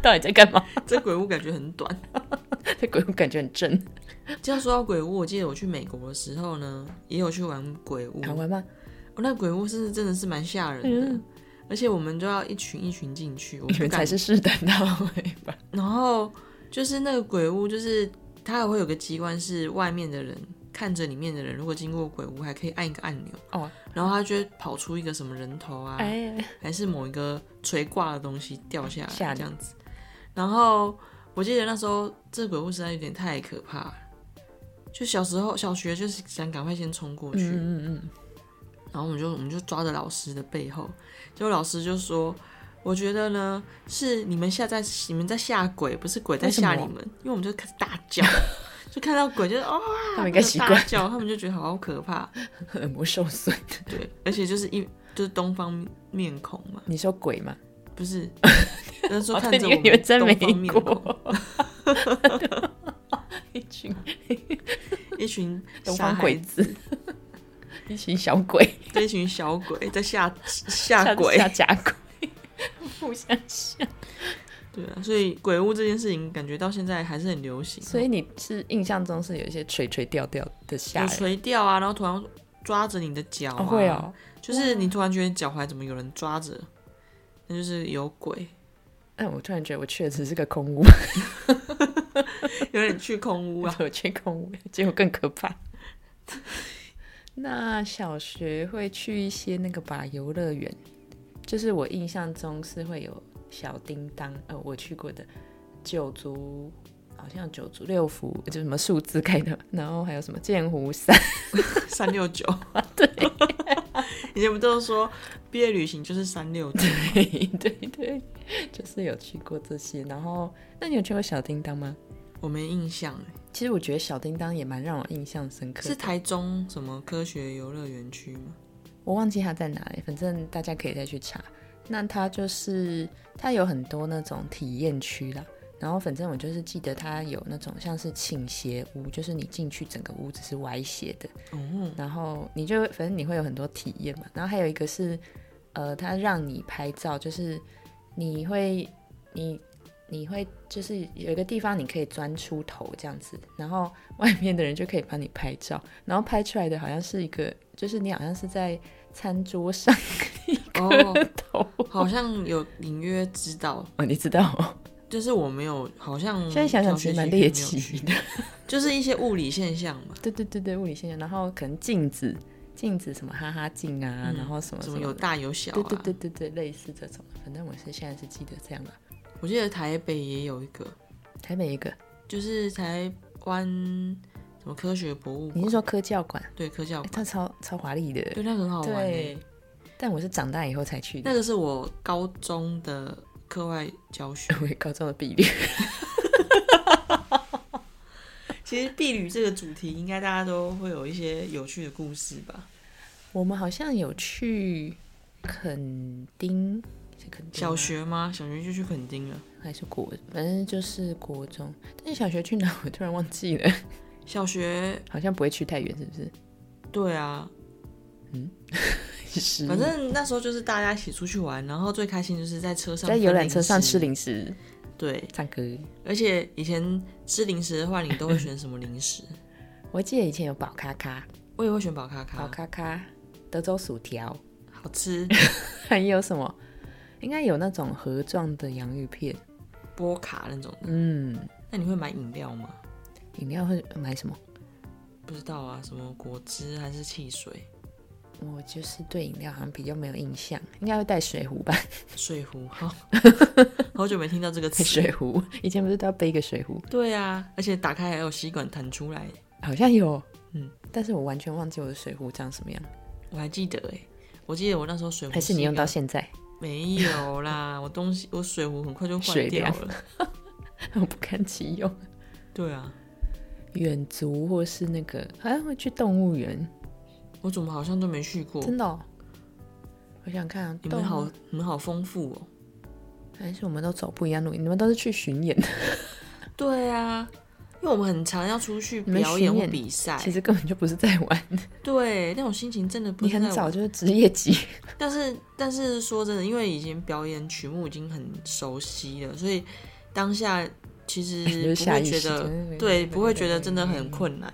Speaker 1: <laughs> 到底在干嘛？
Speaker 2: 这鬼屋感觉很短。
Speaker 1: 这鬼屋感觉很震，
Speaker 2: 这样说到鬼屋，我记得我去美国的时候呢，也有去玩鬼屋。
Speaker 1: 好玩吗？
Speaker 2: 哦，那鬼屋是真的是蛮吓人的，
Speaker 1: 嗯
Speaker 2: 而且我们就要一群一群进去，我
Speaker 1: 你
Speaker 2: 不
Speaker 1: 们才
Speaker 2: 敢。
Speaker 1: 是试胆大 <laughs> 会吧？
Speaker 2: 然后就是那个鬼屋，就是它会有个机关，是外面的人看着里面的人，如果经过鬼屋，还可以按一个按钮，
Speaker 1: 哦，
Speaker 2: 然后它就会跑出一个什么人头啊，
Speaker 1: 哎，
Speaker 2: 还是某一个垂挂的东西掉下
Speaker 1: 吓
Speaker 2: 来
Speaker 1: 人
Speaker 2: 这样子。然后我记得那时候这鬼屋实在有点太可怕了，就小时候小学就是想赶快先冲过去，
Speaker 1: 嗯嗯嗯，
Speaker 2: 然后我们就我们就抓着老师的背后，结果老师就说：“我觉得呢，是你们下在你们在吓鬼，不是鬼在吓你们，因为我们就开 <laughs> 始大叫，就看到鬼
Speaker 1: <laughs>
Speaker 2: 就是哦，
Speaker 1: 他们应该习惯
Speaker 2: 大叫，他们就觉得好可怕，
Speaker 1: 耳膜受损。
Speaker 2: 对，而且就是一就是东方面孔嘛，
Speaker 1: 你说鬼吗？
Speaker 2: 不
Speaker 1: <laughs>
Speaker 2: 是，那时候
Speaker 1: 哦
Speaker 2: 看
Speaker 1: 对
Speaker 2: 着
Speaker 1: 你
Speaker 2: 我
Speaker 1: 以为
Speaker 2: 们
Speaker 1: 在美
Speaker 2: 东方面孔，
Speaker 1: 国，一群
Speaker 2: <laughs> 一群
Speaker 1: <laughs> 东
Speaker 2: 傻
Speaker 1: 方
Speaker 2: 孩
Speaker 1: 鬼
Speaker 2: 子，
Speaker 1: 子，一群小鬼，
Speaker 2: 一群小鬼在
Speaker 1: <laughs>
Speaker 2: 吓
Speaker 1: 吓
Speaker 2: 吓鬼，
Speaker 1: 吓假鬼，互相吓。
Speaker 2: 对啊，所以鬼屋这件事情感觉到现在还是很流行哦，
Speaker 1: 所以你是印象中是有一些垂垂掉掉的吓
Speaker 2: 有
Speaker 1: 人，
Speaker 2: 垂掉啊，然后突然抓着你的脚、啊
Speaker 1: 哦会，哦，
Speaker 2: 就是你突然觉得脚踝怎么有人抓着，那就是有鬼， <laughs>
Speaker 1: 哎，我突然觉得我去的只是个空屋，
Speaker 2: 有点去空屋啊。
Speaker 1: <laughs> 我去空屋，结果更可怕。那小学会去一些那个吧游乐园，就是我印象中是会有小叮当，呃，我去过的九族，好像有九族六福，就什么数字开的，然后还有什么剑湖山，
Speaker 2: 三六
Speaker 1: <laughs>
Speaker 2: 九，
Speaker 1: 啊
Speaker 2: 对，以前不都说毕业旅行就是三六九？
Speaker 1: 对对对， <laughs> 就是有去过这些。然后，那你有去过小叮当吗？
Speaker 2: 我没印象欸，
Speaker 1: 其实我觉得小叮当也蛮让我印象深刻的
Speaker 2: 是台中什么科学游乐园区吗？
Speaker 1: 我忘记它在哪里，反正大家可以再去查。那它就是它有很多那种体验区啦，然后反正我就是记得它有那种像是倾斜屋，就是你进去整个屋子是歪斜的，
Speaker 2: 哦，
Speaker 1: 然后你就反正你会有很多体验嘛。然后还有一个是，呃，它让你拍照，就是你会你你会就是有一个地方你可以钻出头这样子，然后外面的人就可以帮你拍照，然后拍出来的好像是一个，就是你好像是在餐桌上
Speaker 2: 哦，
Speaker 1: 头，
Speaker 2: 好像有隐约知道，
Speaker 1: 哦，你知道、哦？
Speaker 2: 就是我没有，好像
Speaker 1: 现在想想
Speaker 2: 小
Speaker 1: 其
Speaker 2: 学
Speaker 1: 实蛮
Speaker 2: 期间没
Speaker 1: 猎
Speaker 2: 有
Speaker 1: 奇
Speaker 2: 去
Speaker 1: <laughs> 的。
Speaker 2: 就是一些物理现象嘛，
Speaker 1: 对对对对，物理现象，然后可能镜子。镜子什么哈哈镜啊，
Speaker 2: 嗯
Speaker 1: 然后什么
Speaker 2: 什
Speaker 1: 什
Speaker 2: 么
Speaker 1: 么
Speaker 2: 有大有小啊，
Speaker 1: 对对对对对，类似这种，反正我是现在是记得这样的。
Speaker 2: 我记得台北也有一个，
Speaker 1: 台北一个，
Speaker 2: 就是台湾什么科学博物
Speaker 1: 你
Speaker 2: 馆，
Speaker 1: 是说科教馆？
Speaker 2: 对科教
Speaker 1: 哎
Speaker 2: 馆，
Speaker 1: 它超超华丽的，
Speaker 2: 对，那个很好玩欸。
Speaker 1: 对。但我是长大以后才去
Speaker 2: 那
Speaker 1: 的，，
Speaker 2: 个是我高中的课外教学
Speaker 1: 我也高中的毕业。
Speaker 2: <laughs> 其实避旅这个主题，应该大家都会有一些有趣的故事吧？
Speaker 1: <laughs> 我们好像有去垦丁，是垦丁
Speaker 2: 小
Speaker 1: 吗
Speaker 2: 学吗？小学就去垦丁了。
Speaker 1: 还是国，反正就是国中。但是小学去哪，我突然忘记了，
Speaker 2: 小学
Speaker 1: 好像不会去太远，是不是？
Speaker 2: 对啊，<laughs>
Speaker 1: 是
Speaker 2: 反正那时候就是大家一起出去玩，然后最开心就是在车上
Speaker 1: 在游览车上吃
Speaker 2: 零
Speaker 1: 零食、
Speaker 2: 食。对，
Speaker 1: 唱歌。
Speaker 2: 而且以前吃零食的话，你都会选什么零
Speaker 1: <laughs>
Speaker 2: 食？
Speaker 1: 我记得以前有宝咖咖、
Speaker 2: 我也会选宝咖
Speaker 1: 宝
Speaker 2: 咖，
Speaker 1: 咖咖、德州薯条，
Speaker 2: 好
Speaker 1: <laughs>
Speaker 2: 吃。
Speaker 1: 还有什么？应该有那种盒状的洋芋片。
Speaker 2: 波卡那种的。
Speaker 1: 嗯，
Speaker 2: 那你会买饮料吗？
Speaker 1: 饮料会买什么？
Speaker 2: 不知道啊，什么果汁还是汽水？
Speaker 1: 我就是对饮料好像比较没有印象，应该会带水壶 <laughs> 吧？
Speaker 2: 水壶，好，好久没听到这个词。
Speaker 1: 水壶，以前不是都要背一个水壶？
Speaker 2: 对啊，而且打开还有吸管弹出来，
Speaker 1: 好像有，
Speaker 2: 嗯，
Speaker 1: 但是我完全忘记我的水壶长什么样，
Speaker 2: 我还记得哎、我记得我那时候水壶
Speaker 1: 还是你
Speaker 2: 一
Speaker 1: 用到
Speaker 2: 个
Speaker 1: 现在？
Speaker 2: 没有啦？我东西我水壶很快就坏掉了。
Speaker 1: <laughs> 我不堪其用。
Speaker 2: 对啊，
Speaker 1: 远足或是那个，好像会去动物园，
Speaker 2: 我怎么好像都没去过？
Speaker 1: 真的、哦。我想看、啊、
Speaker 2: 你
Speaker 1: 动
Speaker 2: 们
Speaker 1: 物
Speaker 2: 好，，你们好丰富哦。
Speaker 1: 还是我们都走不一样路？你们都是去巡演，
Speaker 2: 对啊，因为我们很常要出去
Speaker 1: 你们
Speaker 2: 表演
Speaker 1: 巡
Speaker 2: 或
Speaker 1: 演
Speaker 2: 比赛
Speaker 1: 其，实根本哎就不是在玩。
Speaker 2: 对，那种心情真的不
Speaker 1: 你
Speaker 2: 是
Speaker 1: 很
Speaker 2: 在
Speaker 1: 早
Speaker 2: 我
Speaker 1: 就是职业级，
Speaker 2: 但是但是说真的，因为以前表演曲目已经很熟悉了，所以当下其 <laughs>
Speaker 1: 就
Speaker 2: 实
Speaker 1: 是
Speaker 2: 不
Speaker 1: 下
Speaker 2: 会
Speaker 1: 意
Speaker 2: 觉
Speaker 1: 识
Speaker 2: 得，
Speaker 1: 的。
Speaker 2: 对，不会觉得真的很。困难。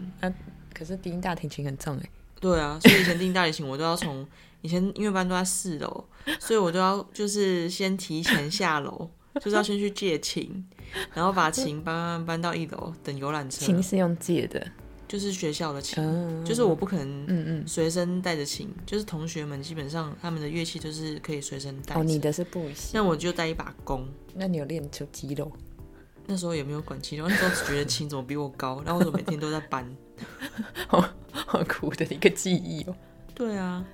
Speaker 1: 可是低音大提琴很重哎，
Speaker 2: 对啊，所以以前定大提琴我都要从以前音乐班都在四楼，所以我都要就是先提前下楼，就是要先去借琴，然后把琴搬搬搬到一楼等游览车
Speaker 1: 啊琴，是用借的，
Speaker 2: 就是学校的琴，
Speaker 1: 嗯，
Speaker 2: 就是我不可能
Speaker 1: 嗯嗯。
Speaker 2: 随身带着琴，就是同学们基本上他们的乐器就是可以随身带着。
Speaker 1: 哦，你的是不行，
Speaker 2: 那我就带一把弓，
Speaker 1: 那你有练出肌肉？ <laughs>
Speaker 2: 那时候也没有管琴，然后那时候只觉得琴怎么比我高，然后我怎么每天都在搬。
Speaker 1: 好苦的一个记忆哦。
Speaker 2: 对啊，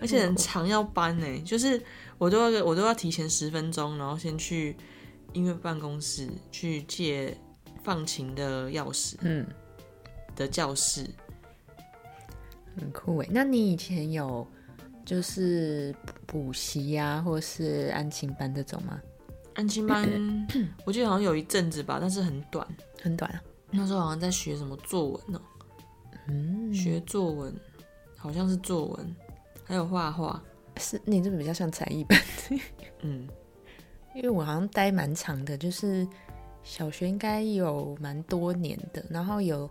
Speaker 2: 而且很长要搬呢、就是我都要我都要提前十分钟，然后先去音乐办公室去借放琴的钥匙
Speaker 1: 嗯，
Speaker 2: 的教室。
Speaker 1: 很酷哎。那你以前有就是补习呀，或是安亲班这种吗？
Speaker 2: 安亲班
Speaker 1: <clears throat>
Speaker 2: 我记得好像有一阵子吧，但是很短。
Speaker 1: 很短啊。
Speaker 2: 那时候好像在学什么作文哦、
Speaker 1: 嗯，
Speaker 2: 学作文，好像是作文，还有画画。
Speaker 1: 是你这个比较像才艺班，
Speaker 2: 嗯，
Speaker 1: 因为我好像待蛮长的，就是小学应该有蛮多年的，然后有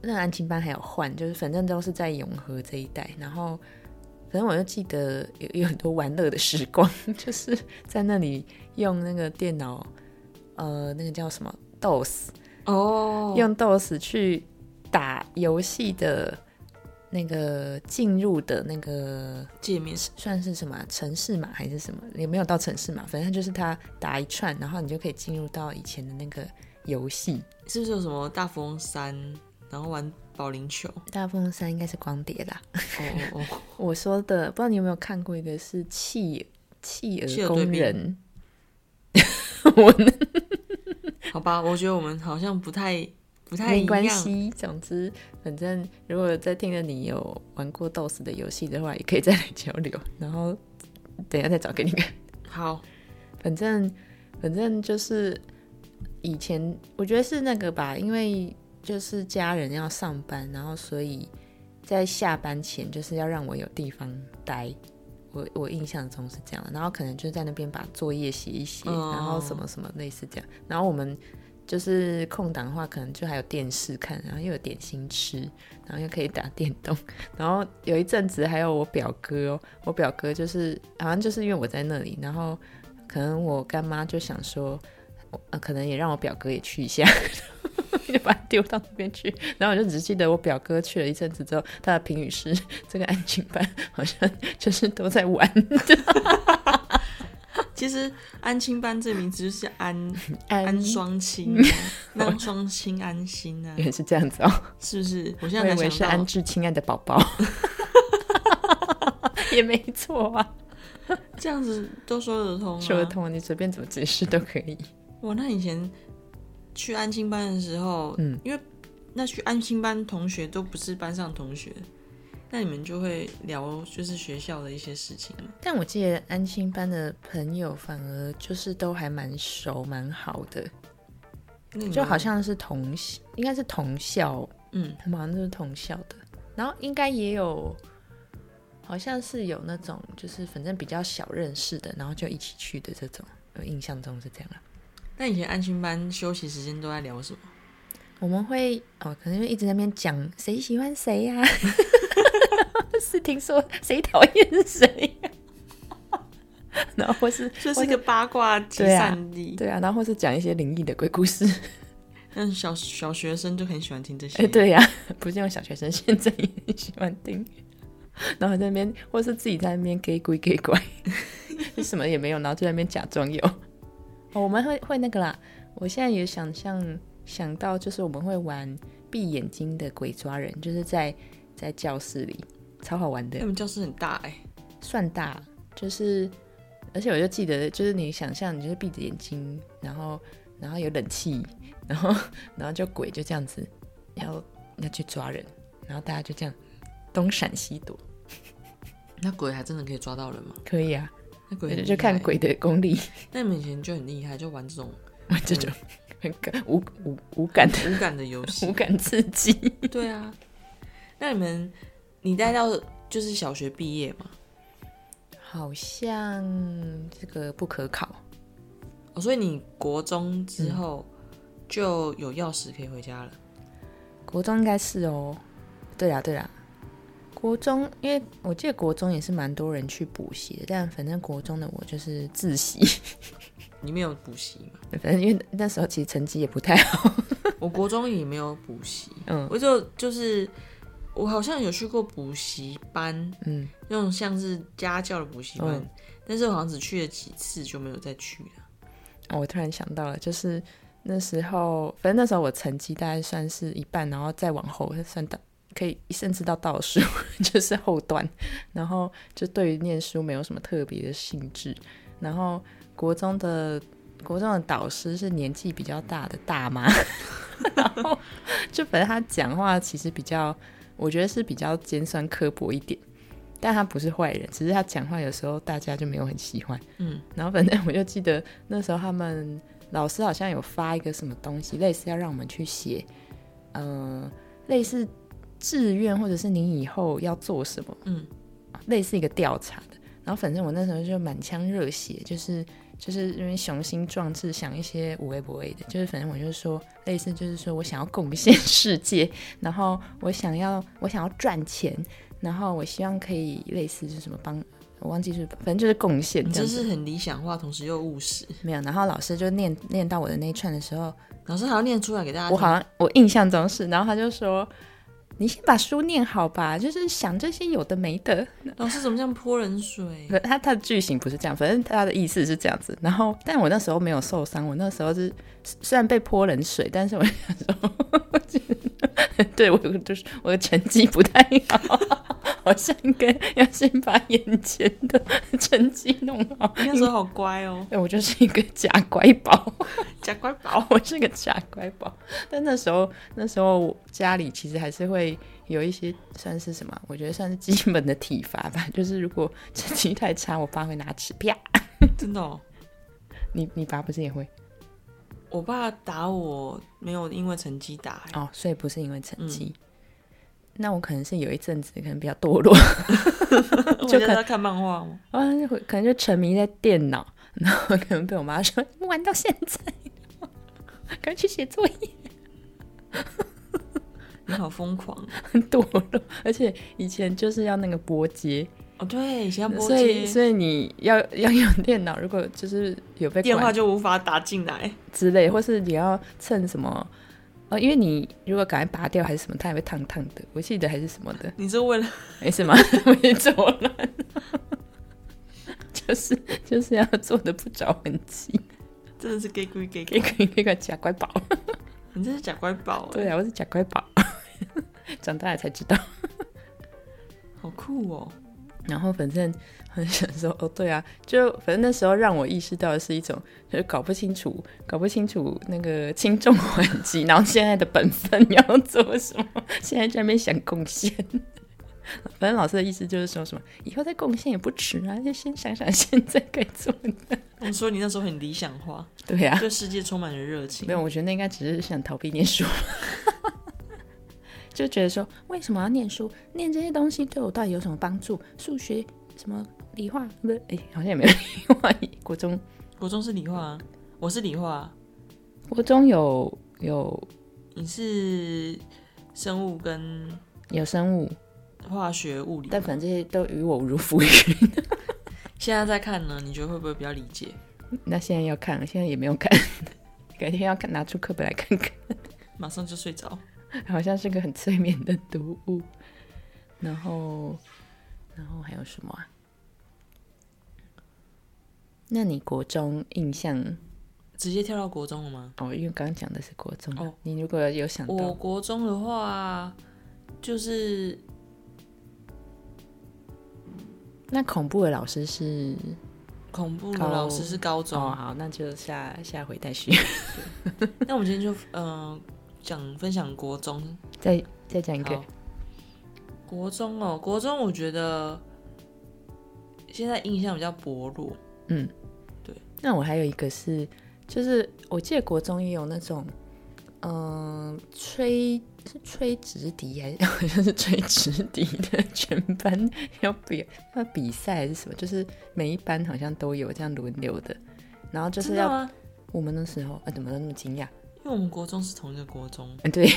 Speaker 1: 那安亲班还有换，就是反正都是在永和这一带，然后反正我就记得有有很多玩乐的时光， <laughs> 就是在那里用那个电脑，呃，那个叫什么 DOS，
Speaker 2: 哦，
Speaker 1: 用 DOS 去打游戏的那个进入的那个
Speaker 2: 界面
Speaker 1: 算是什么啊城市码还是什么，也没有到城市码，反正就是它打一串，然后你就可以进入到以前的那个游戏。
Speaker 2: 是不是有什么大富翁三，然后玩保龄球？哦
Speaker 1: 大富翁三应该是光碟啦，
Speaker 2: 哦哦，
Speaker 1: 我说的，不知道你有没有看过一个是企企
Speaker 2: 企鹅
Speaker 1: 鹅工
Speaker 2: 对比
Speaker 1: 人，我
Speaker 2: 好吧，我觉得我们好像不太不太一
Speaker 1: 没关
Speaker 2: 样。
Speaker 1: 系，总之反正如果在听着你有玩过 DOS 的游戏的话，也可以再来交流，然后等一下再找给你看。
Speaker 2: 好，
Speaker 1: 反正反正就是以前我觉得是那个吧，因为就是家人要上班，然后所以在下班前就是要让我有地方待。我我印象中是这样，然后可能就在那边把作业写一写，
Speaker 2: 哦
Speaker 1: 然后什么什么类似这样。然后我们就是空档的话，可能就还有电视看，然后又有点心吃，然后又可以打电动。然后有一阵子还有我表哥哦，我表哥就是好像就是因为我在那里，然后可能我干妈就想说，呃，可能也让我表哥也去一下， <laughs> 就把他丢到那边去。然后我就只记得我表哥去了一阵子之后，他的评语是这个安静班好像就是都在玩，
Speaker 2: 其实安亲班这名字就是安
Speaker 1: <laughs> 安
Speaker 2: 安双亲、
Speaker 1: <laughs>
Speaker 2: 啊，让双亲安心啊，
Speaker 1: 原来是这样子哦，
Speaker 2: 是不是？我现
Speaker 1: 我以
Speaker 2: 在
Speaker 1: 为
Speaker 2: 才
Speaker 1: 是
Speaker 2: 想
Speaker 1: 安
Speaker 2: 到，
Speaker 1: 置亲爱的宝 <laughs> 宝，也没错啊，
Speaker 2: 这样子都说得通、啊，
Speaker 1: 说得。通啊，你随便怎么解释都可以。
Speaker 2: 哇，那以前去安亲班的时候，
Speaker 1: 嗯
Speaker 2: 因为那去安心班同学都不是班上同学，那你们就会聊就是学校的一些事情嘛？
Speaker 1: <laughs> 但我记得安心班的朋友反而就是都还蛮熟蛮好的，
Speaker 2: 那你们
Speaker 1: 就好像是同系应该是同校，
Speaker 2: 嗯，
Speaker 1: 我们好像都是同校的，然后应该也有。好像是有那种，就是反正比较小认识的，然后就一起去的这种，我印象中是这样啊啦。
Speaker 2: 那以前安心班休息时间都在聊什么？
Speaker 1: 我们会哦，可能就一直在那边讲谁喜欢谁呀、 <laughs> 是听说谁讨厌谁、呀， <laughs> 然后或是
Speaker 2: 这是一个八卦集
Speaker 1: 对啊
Speaker 2: 散地，
Speaker 1: 对啊，然后或是讲一些灵异的鬼故事。
Speaker 2: 但小小学生就很喜欢听这
Speaker 1: 哎、
Speaker 2: 些。
Speaker 1: 对呀、不是那种小学生，现在也很喜欢听。然后在那边，或是自己在那边给鬼给怪， <laughs> 就什么也没有，然后就在那边假装有。哦，我们会会那个啦，我现在也想象想到，就是我们会玩闭眼睛的鬼抓人，就是在在教室里，超好玩的
Speaker 2: 他。们教室很大哎、
Speaker 1: 算大，就是，而且我就记得，就是你想象，你就是闭着眼睛，然后，然后有冷气，然后，然后就鬼就这样子，要要去抓人，然后大家就这样东闪西躲，
Speaker 2: 那鬼还真的可以抓到人吗？
Speaker 1: 可以啊，
Speaker 2: 那鬼很
Speaker 1: 就
Speaker 2: 厉
Speaker 1: 就看
Speaker 2: 害。
Speaker 1: 鬼的功力，
Speaker 2: 那你们以前就很厉害，就玩这种
Speaker 1: <laughs> 这种很感无无无感的
Speaker 2: 无感的游戏
Speaker 1: 无。感刺激。
Speaker 2: 对啊，那你们你待到就是小学毕业嘛？
Speaker 1: 好像这个不可考，
Speaker 2: 哦，所以你国中之
Speaker 1: 嗯
Speaker 2: 后就有钥匙可以回家了。
Speaker 1: 国中应该是哦。对啦，对啦，国中，因为我记得国中也是蛮多人去补习的，但反正国中的我就是自习， <laughs>
Speaker 2: 你没有补习嘛？ <laughs>
Speaker 1: 反正因为那时候其实成绩也不太好，
Speaker 2: 我国中也没有补习，
Speaker 1: 嗯
Speaker 2: 我就就是我好像有去过补习班，
Speaker 1: 嗯，
Speaker 2: 那种像是家教的补习班，
Speaker 1: 嗯
Speaker 2: 但是我好像只去了几次就没有再去了。
Speaker 1: 哦，我突然想到了，就是那时候，反正那时候我成绩大概算是一半，然后再往后算到可以甚至到倒数， <laughs> 就是后段，然后就对于念书没有什么特别的兴致。然后国中的国中的导师是年纪比较大的大妈， <laughs> 然后就反正她讲话其实比较，我觉得是比较尖酸刻薄一点。但她不是坏人，只是她讲话有时候大家就没有很喜欢。
Speaker 2: 嗯，
Speaker 1: 然后反正我就记得那时候他们老师好像有发一个什么东西，类似要让我们去写，呃，类似志愿或者是你以后要做什么，
Speaker 2: 嗯，
Speaker 1: 类似一个调查的。然后反正我那时候就满腔热血，就是就是因为雄心壮志，想一些无为不为的，就是反正我就说，类似就是说我想要贡献 <laughs> 世界，然后我想要我想要赚钱，然后我希望可以类似就是什么帮。我忘记是，反正就是贡献
Speaker 2: 你
Speaker 1: 这
Speaker 2: 真
Speaker 1: 样子。
Speaker 2: 是很理想化，同时又务实。
Speaker 1: 没有，然后老师就念念到我的那一串的时候，
Speaker 2: 老师还要念出来给大家
Speaker 1: 我
Speaker 2: 听。
Speaker 1: 好像我印象中是，然后他就说：“你先把书念好吧，就是想这些有的没的。
Speaker 2: 老师怎么这样泼冷
Speaker 1: <laughs>
Speaker 2: 水？
Speaker 1: 不”他他的句型不是这样，反正他的意思是这样子。然后，但我那时候没有受伤，我那时候是虽然被泼冷水，但是我想说， <laughs> 对我就是我的成绩不太好， <laughs> 好像应该要先把眼前的成绩弄好。
Speaker 2: 你那时候好乖哦，
Speaker 1: 对我就是一个假乖宝。
Speaker 2: 假乖宝。
Speaker 1: 宝，我是个假乖宝。但那时候，那时候我家里其实还是会有一些算是什么，我觉得算是基本的体罚吧。就是如果成绩太差，我爸会拿尺啪。
Speaker 2: 真的、哦，
Speaker 1: 你你爸不是也会
Speaker 2: 我爸打我没有因为成绩打、欸，
Speaker 1: 哦？所以不是因为成绩。那我可能是有一阵子可能比较堕落， <laughs>
Speaker 2: 我
Speaker 1: 就
Speaker 2: 在
Speaker 1: 看
Speaker 2: 他看漫画吗？
Speaker 1: 啊，会可能就沉迷在电脑，然后可能被我妈说玩到现在，赶快去写作业。
Speaker 2: 你好疯狂哦
Speaker 1: 很堕落，而且以前就是要那个拨接，
Speaker 2: 哦！对，以前要拨
Speaker 1: 所以，
Speaker 2: 接，
Speaker 1: 所以你要 <laughs> 要有电脑，如果就是有被
Speaker 2: 电话
Speaker 1: 管
Speaker 2: 就无法打进来。
Speaker 1: 之类，或是你要趁什么，呃，因为你如果赶快拔掉还是什么，它也会烫烫的，我记得还是什么的， <laughs>
Speaker 2: 你是为了
Speaker 1: 没事吗？ <laughs> 没做乱， <laughs> 就是就是要做的不着痕迹，
Speaker 2: 真的是给鬼给
Speaker 1: 给
Speaker 2: 给，
Speaker 1: 给那个假乖宝，
Speaker 2: 你真是假乖宝、欸，
Speaker 1: 对啊，我是假 <laughs> 乖宝，长大了才知道。
Speaker 2: 好酷哦！
Speaker 1: 然后反正很想说，哦，对啊，就反正那时候让我意识到的是一种，就是搞不清楚，搞不清楚那个轻重缓急，然后现在的本分要做什么，现在在那边想贡献。反正老师的意思就是说什么，以后再贡献也不迟啊，就先想想现在该做的。
Speaker 2: 我说你那时候很理想化，
Speaker 1: 对啊呀、
Speaker 2: 对世界充满了热情
Speaker 1: 没。有，我觉得那应该只是想逃避念书， <laughs> 就觉得说为什么要念书？念这些东西对我到底有什么帮助？数学什么理化不是？哎、好像也没有 <laughs> 理化。国中
Speaker 2: 国中是理化、啊，我是理化、啊，
Speaker 1: 国中有有
Speaker 2: 你是生物跟
Speaker 1: 有生物，
Speaker 2: 化学、物理。
Speaker 1: 但反正这些都与我 <laughs> 如浮云。
Speaker 2: 现在在看呢，你觉得会不会比较理解？
Speaker 1: 那现在要看了，现在也没有看， <laughs> 改天要看拿出课本来看看。
Speaker 2: 马上就睡着。
Speaker 1: <laughs> 好像是个很催眠的读物。然后，然后还有什么啊？那你国中印象
Speaker 2: 直接跳到国中了吗？
Speaker 1: 哦，因为刚刚讲的是国中啊
Speaker 2: 哦。
Speaker 1: 你如果有想
Speaker 2: 我
Speaker 1: 到，
Speaker 2: 国中的话，就是
Speaker 1: 那恐怖的老师是
Speaker 2: 恐怖的
Speaker 1: 高
Speaker 2: 老师是高中，
Speaker 1: 哦，好，那就下下回再续，
Speaker 2: 那我们今天就嗯讲、分享国中。
Speaker 1: 再再讲一个
Speaker 2: 好，国中哦，国中我觉得现在印象比较薄弱，
Speaker 1: 嗯，
Speaker 2: 对。
Speaker 1: 那我还有一个是，就是我记得国中也有那种，嗯、吹是吹直笛还是好像是吹直笛的，全班要比要比赛还是什么，就是每一班好像都有这样轮流的，然后就是
Speaker 2: 真的
Speaker 1: 要
Speaker 2: 吗？
Speaker 1: 我们那时候啊，怎么那么惊讶？
Speaker 2: 因为我们国中是同一个国中，
Speaker 1: 嗯，对，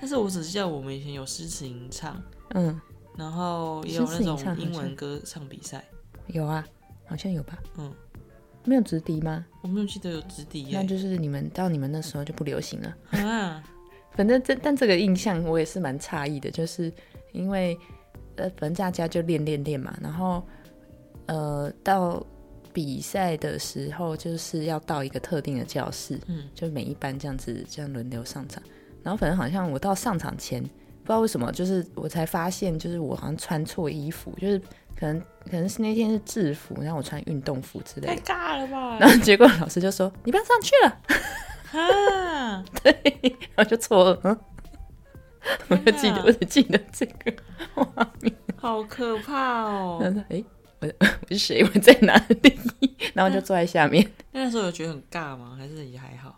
Speaker 2: 但是我只记得我们以前有诗词吟唱，
Speaker 1: 嗯，
Speaker 2: 然后也有那
Speaker 1: 诗词吟唱好
Speaker 2: 种
Speaker 1: 像
Speaker 2: 英文歌唱比赛。
Speaker 1: 有啊，好像有吧，
Speaker 2: 嗯，
Speaker 1: 没有直笛吗？
Speaker 2: 我没有记得有直笛
Speaker 1: 那
Speaker 2: 耶、
Speaker 1: 就是你们到你们那时候就不流行了。
Speaker 2: 啊，
Speaker 1: 反正这但这个印象我也是蛮诧异的，就是因为呃，反正大家就练练练嘛，然后呃，到比赛的时候就是要到一个特定的教室，
Speaker 2: 嗯，
Speaker 1: 就每一班这样子这样轮流上场，然后反正好像我到上场前不知道为什么，就是我才发现就是我好像穿错衣服，就是可能可能是那天是制服，然后我穿运动服之
Speaker 2: 太
Speaker 1: 类的，
Speaker 2: 尬了吧？
Speaker 1: <laughs> 然后结果老师就说你不要上去了。
Speaker 2: 啊，
Speaker 1: 然后就错愕，嗯，我 <laughs> 就记得，
Speaker 2: 天哪
Speaker 1: 我只记得这个，
Speaker 2: 好可怕
Speaker 1: <laughs>
Speaker 2: 哦！
Speaker 1: 然后说，诶，我我是谁？我在哪里？ <laughs> 然后就坐在下面， <laughs>
Speaker 2: 那那时候有觉得很尬吗？还是也还好？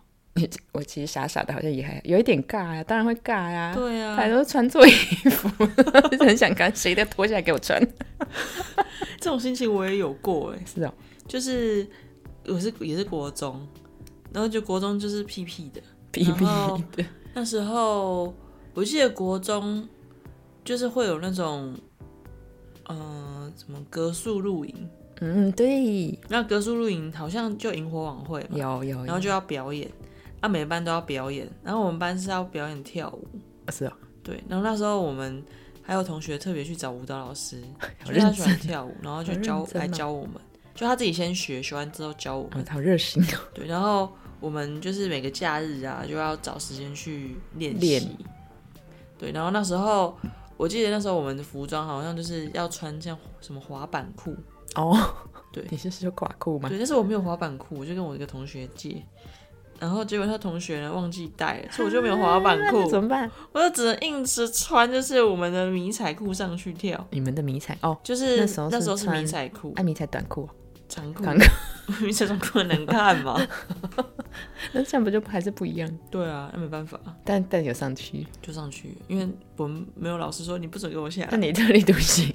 Speaker 1: 我其实傻傻的，好像也还有一点尬呀、当然会尬呀、
Speaker 2: 对啊
Speaker 1: 大，家都穿错衣服， <laughs> 就是很想赶谁的脱下来给我穿。
Speaker 2: 这种心情我也有过哎、
Speaker 1: 是哦，
Speaker 2: 就是我是也是国中，然后就国中就是屁屁的。
Speaker 1: 逼
Speaker 2: 然
Speaker 1: 逼
Speaker 2: 后
Speaker 1: 的，
Speaker 2: 那时候我记得国中就是会有那种，呃，什么格数露营，
Speaker 1: 嗯，对，
Speaker 2: 那格数露营好像就萤火晚会嘛，
Speaker 1: 有有，
Speaker 2: 然后就要表演，啊，每班都要表演，然后我们班是要表演跳舞，
Speaker 1: 是哦，
Speaker 2: 对，然后那时候我们还有同学特别去找舞蹈老师，
Speaker 1: <laughs> 好
Speaker 2: 因为他
Speaker 1: 认
Speaker 2: 喜
Speaker 1: 真啊
Speaker 2: 欢，跳舞，然后就
Speaker 1: 好认
Speaker 2: 教
Speaker 1: 真
Speaker 2: 来
Speaker 1: 哦
Speaker 2: 教我们，就他自己先学，学完之后教我们
Speaker 1: 哦，，好热心哦，
Speaker 2: 对，然后我们就是每个假日啊，就要找时间去练
Speaker 1: 练
Speaker 2: 习。对，然后那时候我记得那时候我们的服装好像就是要穿像什么滑板裤，
Speaker 1: 哦，
Speaker 2: 对
Speaker 1: 你是说垮裤吗？
Speaker 2: 对，但是我没有滑板裤，我就跟我一个同学借，然后结果他同学呢忘记带了，所以我就没有滑板
Speaker 1: 啊 <laughs> 那怎
Speaker 2: 裤，
Speaker 1: 么办？
Speaker 2: 我就只能硬是穿就是我们的迷彩裤上去跳，
Speaker 1: 你们的迷彩哦，
Speaker 2: 就是
Speaker 1: 那时候是
Speaker 2: 那时候是迷
Speaker 1: 穿
Speaker 2: 彩裤
Speaker 1: 爱迷彩短裤哦，
Speaker 2: 长裤
Speaker 1: 长，
Speaker 2: <laughs> 迷彩长裤很难看
Speaker 1: <laughs>
Speaker 2: 嘛，
Speaker 1: 那这样不就还是不一样？
Speaker 2: 对啊，那没办法。
Speaker 1: 但但有上去，
Speaker 2: 就上去，因为我们没有老师说你不准给我
Speaker 1: <laughs>
Speaker 2: 下来
Speaker 1: 那。你特立独行。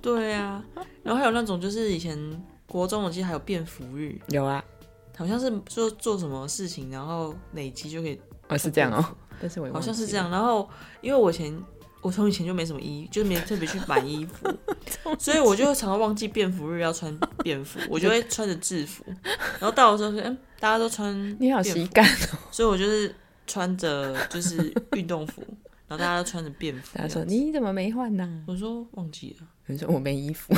Speaker 2: 对啊，然后还有那种就是以前国中我记得还有便服日，
Speaker 1: <laughs> 有啊，
Speaker 2: 好像是说做什么事情然后累积就可以，
Speaker 1: 哦是这样哦，但是我也
Speaker 2: 好
Speaker 1: 忘
Speaker 2: 像是
Speaker 1: 记
Speaker 2: 这样。然后因为我以前我从以前就没什么衣，就没特别去买衣
Speaker 1: <laughs>
Speaker 2: 服，所以我就常常忘记便服日要穿便服，我
Speaker 1: <laughs>
Speaker 2: 就会穿着制服，然后到的时候说，嗯，大家都穿
Speaker 1: 了，你好
Speaker 2: 便
Speaker 1: 喜
Speaker 2: 服，
Speaker 1: 感，啊
Speaker 2: 所以我就是穿着就是运动服，然后大家都穿着便服这
Speaker 1: 他
Speaker 2: 样子。
Speaker 1: 说你怎么没换呢？
Speaker 2: 我说忘记了。
Speaker 1: 你说我没衣 <laughs> 服，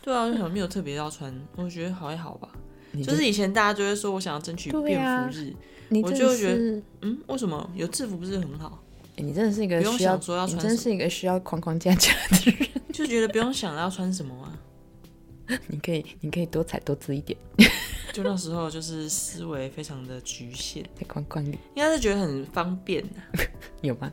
Speaker 2: 对啊，就想没有特别要穿，我觉得好还好吧。
Speaker 1: 你
Speaker 2: 就是以前大家就会说我想要争取
Speaker 1: 对
Speaker 2: 便
Speaker 1: 啊
Speaker 2: 服日，
Speaker 1: 你
Speaker 2: 我
Speaker 1: 真
Speaker 2: 就
Speaker 1: 的
Speaker 2: 觉得
Speaker 1: 是，
Speaker 2: 嗯，为什么有制服不是很好？
Speaker 1: 哎你真的是一个
Speaker 2: 不用
Speaker 1: 需要
Speaker 2: 想说要
Speaker 1: 你
Speaker 2: 穿
Speaker 1: 真
Speaker 2: 什
Speaker 1: 是一个需要框框架架的人， <laughs>
Speaker 2: 就就觉得不用想要穿什么啊。
Speaker 1: 你可以，你可以多彩多姿一点，
Speaker 2: 就那时候就是思维非常的局限，
Speaker 1: 在框框里
Speaker 2: 应该是觉得很方便啊。
Speaker 1: 有吗？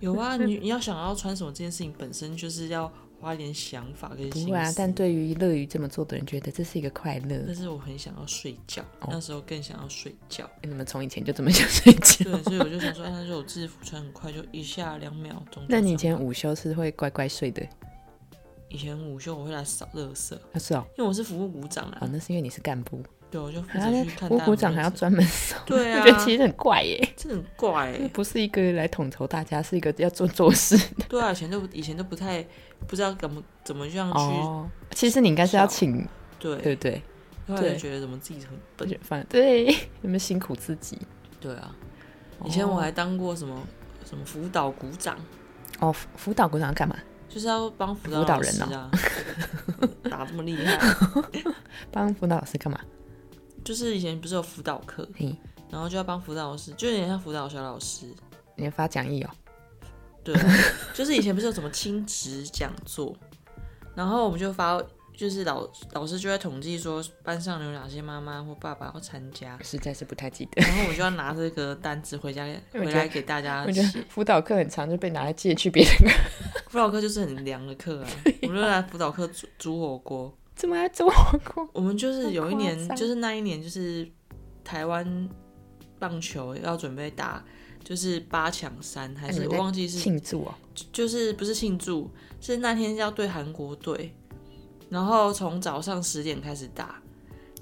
Speaker 2: 有啊，你你要想要穿什么这件事情本身就是要花一点想法跟
Speaker 1: 不
Speaker 2: 心思。
Speaker 1: 会啊，但对于乐于这么做的人，觉得这是一个快乐。
Speaker 2: 但是我很想要睡觉，
Speaker 1: 哦
Speaker 2: 那时候更想要睡觉。
Speaker 1: 哎你们从以前就这么想睡
Speaker 2: <laughs>
Speaker 1: 觉？
Speaker 2: 对，所以我就想说，啊那就有制服穿很快，就一下两秒钟就上。
Speaker 1: 那你以前午休是会乖乖睡的？
Speaker 2: 以前午休我会来扫垃圾，因
Speaker 1: 啊，是哦，
Speaker 2: 为我是服务股长
Speaker 1: 哦
Speaker 2: 啊，，
Speaker 1: 那是因为你是干部，
Speaker 2: 对，我就负
Speaker 1: 还
Speaker 2: 责
Speaker 1: 要
Speaker 2: 去
Speaker 1: 啊那
Speaker 2: 看
Speaker 1: 我
Speaker 2: 大家有没有
Speaker 1: 股长还要
Speaker 2: 垃圾
Speaker 1: 专门收，
Speaker 2: 对啊
Speaker 1: <laughs> 我觉得其实很怪耶，
Speaker 2: 这很怪、欸，
Speaker 1: 不是一个来统筹大家，是一个要做
Speaker 2: <laughs>
Speaker 1: 做事的。
Speaker 2: 对啊，以前都以前都不太不知道怎么怎么这样去，
Speaker 1: 哦，其实你应该是要
Speaker 2: 少
Speaker 1: 请，对
Speaker 2: 对，
Speaker 1: 不对？
Speaker 2: 后来
Speaker 1: 对
Speaker 2: 就觉得怎么自己很
Speaker 1: 我
Speaker 2: 笨
Speaker 1: 觉，得反对， <laughs> 你们辛苦自己。
Speaker 2: 对啊，以前
Speaker 1: 哦
Speaker 2: 我还当过什么什么辅导股长，
Speaker 1: 哦，辅辅导股长干嘛？
Speaker 2: 就是要帮辅导
Speaker 1: 辅导
Speaker 2: 老师
Speaker 1: 人哦 <laughs>
Speaker 2: 啊，打这么厉害，
Speaker 1: 帮辅导老师干嘛？
Speaker 2: 就是以前不是有辅导课
Speaker 1: 嘿，
Speaker 2: 然后就要帮辅导老师，就有点像辅导小老师，
Speaker 1: 你要发讲义哦。
Speaker 2: 对啊、就是以前不是有什么亲职讲座，然后我们就发，就是老老师就在统计说班上有哪些妈妈或爸爸要参加，
Speaker 1: 实在是不太记得。
Speaker 2: 然后我就要拿这个单子回家
Speaker 1: <laughs> 我觉得
Speaker 2: 回来给大家
Speaker 1: <laughs> 我觉
Speaker 2: 写
Speaker 1: 得。辅导课很长，就被拿来借去别人课。
Speaker 2: 辅导课就是很凉的课
Speaker 1: <laughs>
Speaker 2: 啊，我们就来辅导课煮煮火锅。
Speaker 1: 怎么来做火
Speaker 2: <laughs>
Speaker 1: 锅？
Speaker 2: 我们就是有一
Speaker 1: 好夸
Speaker 2: 年，
Speaker 1: 张
Speaker 2: 就是那一年就是台湾棒球要准备打。就是八强三还
Speaker 1: 哎
Speaker 2: 是
Speaker 1: 你
Speaker 2: 我
Speaker 1: 在
Speaker 2: 忘记是
Speaker 1: 庆祝哦，
Speaker 2: 就是不是庆祝，是那天要对韩国队，然后从早上十点开始打，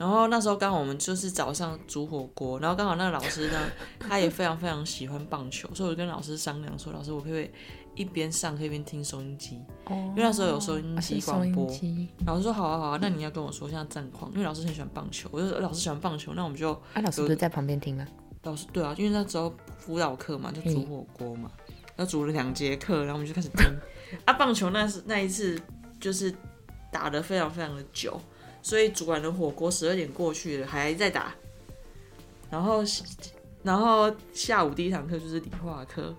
Speaker 2: 然后那时候刚好我们就是早上煮火锅，然后刚好那个老师呢，他也非常非常喜欢棒球，所以我就跟老师商量说，老师我可不可以一边上课一边听收音机，
Speaker 1: 因
Speaker 2: 因为那时候有收
Speaker 1: 哦
Speaker 2: 音机广播。
Speaker 1: 机
Speaker 2: 老师说好啊好啊，那你要跟我说现在战况，因为老师很喜欢棒球，我就说老师喜欢棒球，那我们就
Speaker 1: 啊，老师不是在旁边听吗？
Speaker 2: 老师对啊，因为那时候辅导课嘛，就煮火锅嘛，要煮了两节课，然后我们就开始听。啊，棒球那是那一次就是打得非常非常的久，所以煮完了火锅十二点过去了还在打，然后然后下午第一堂课就是理化课，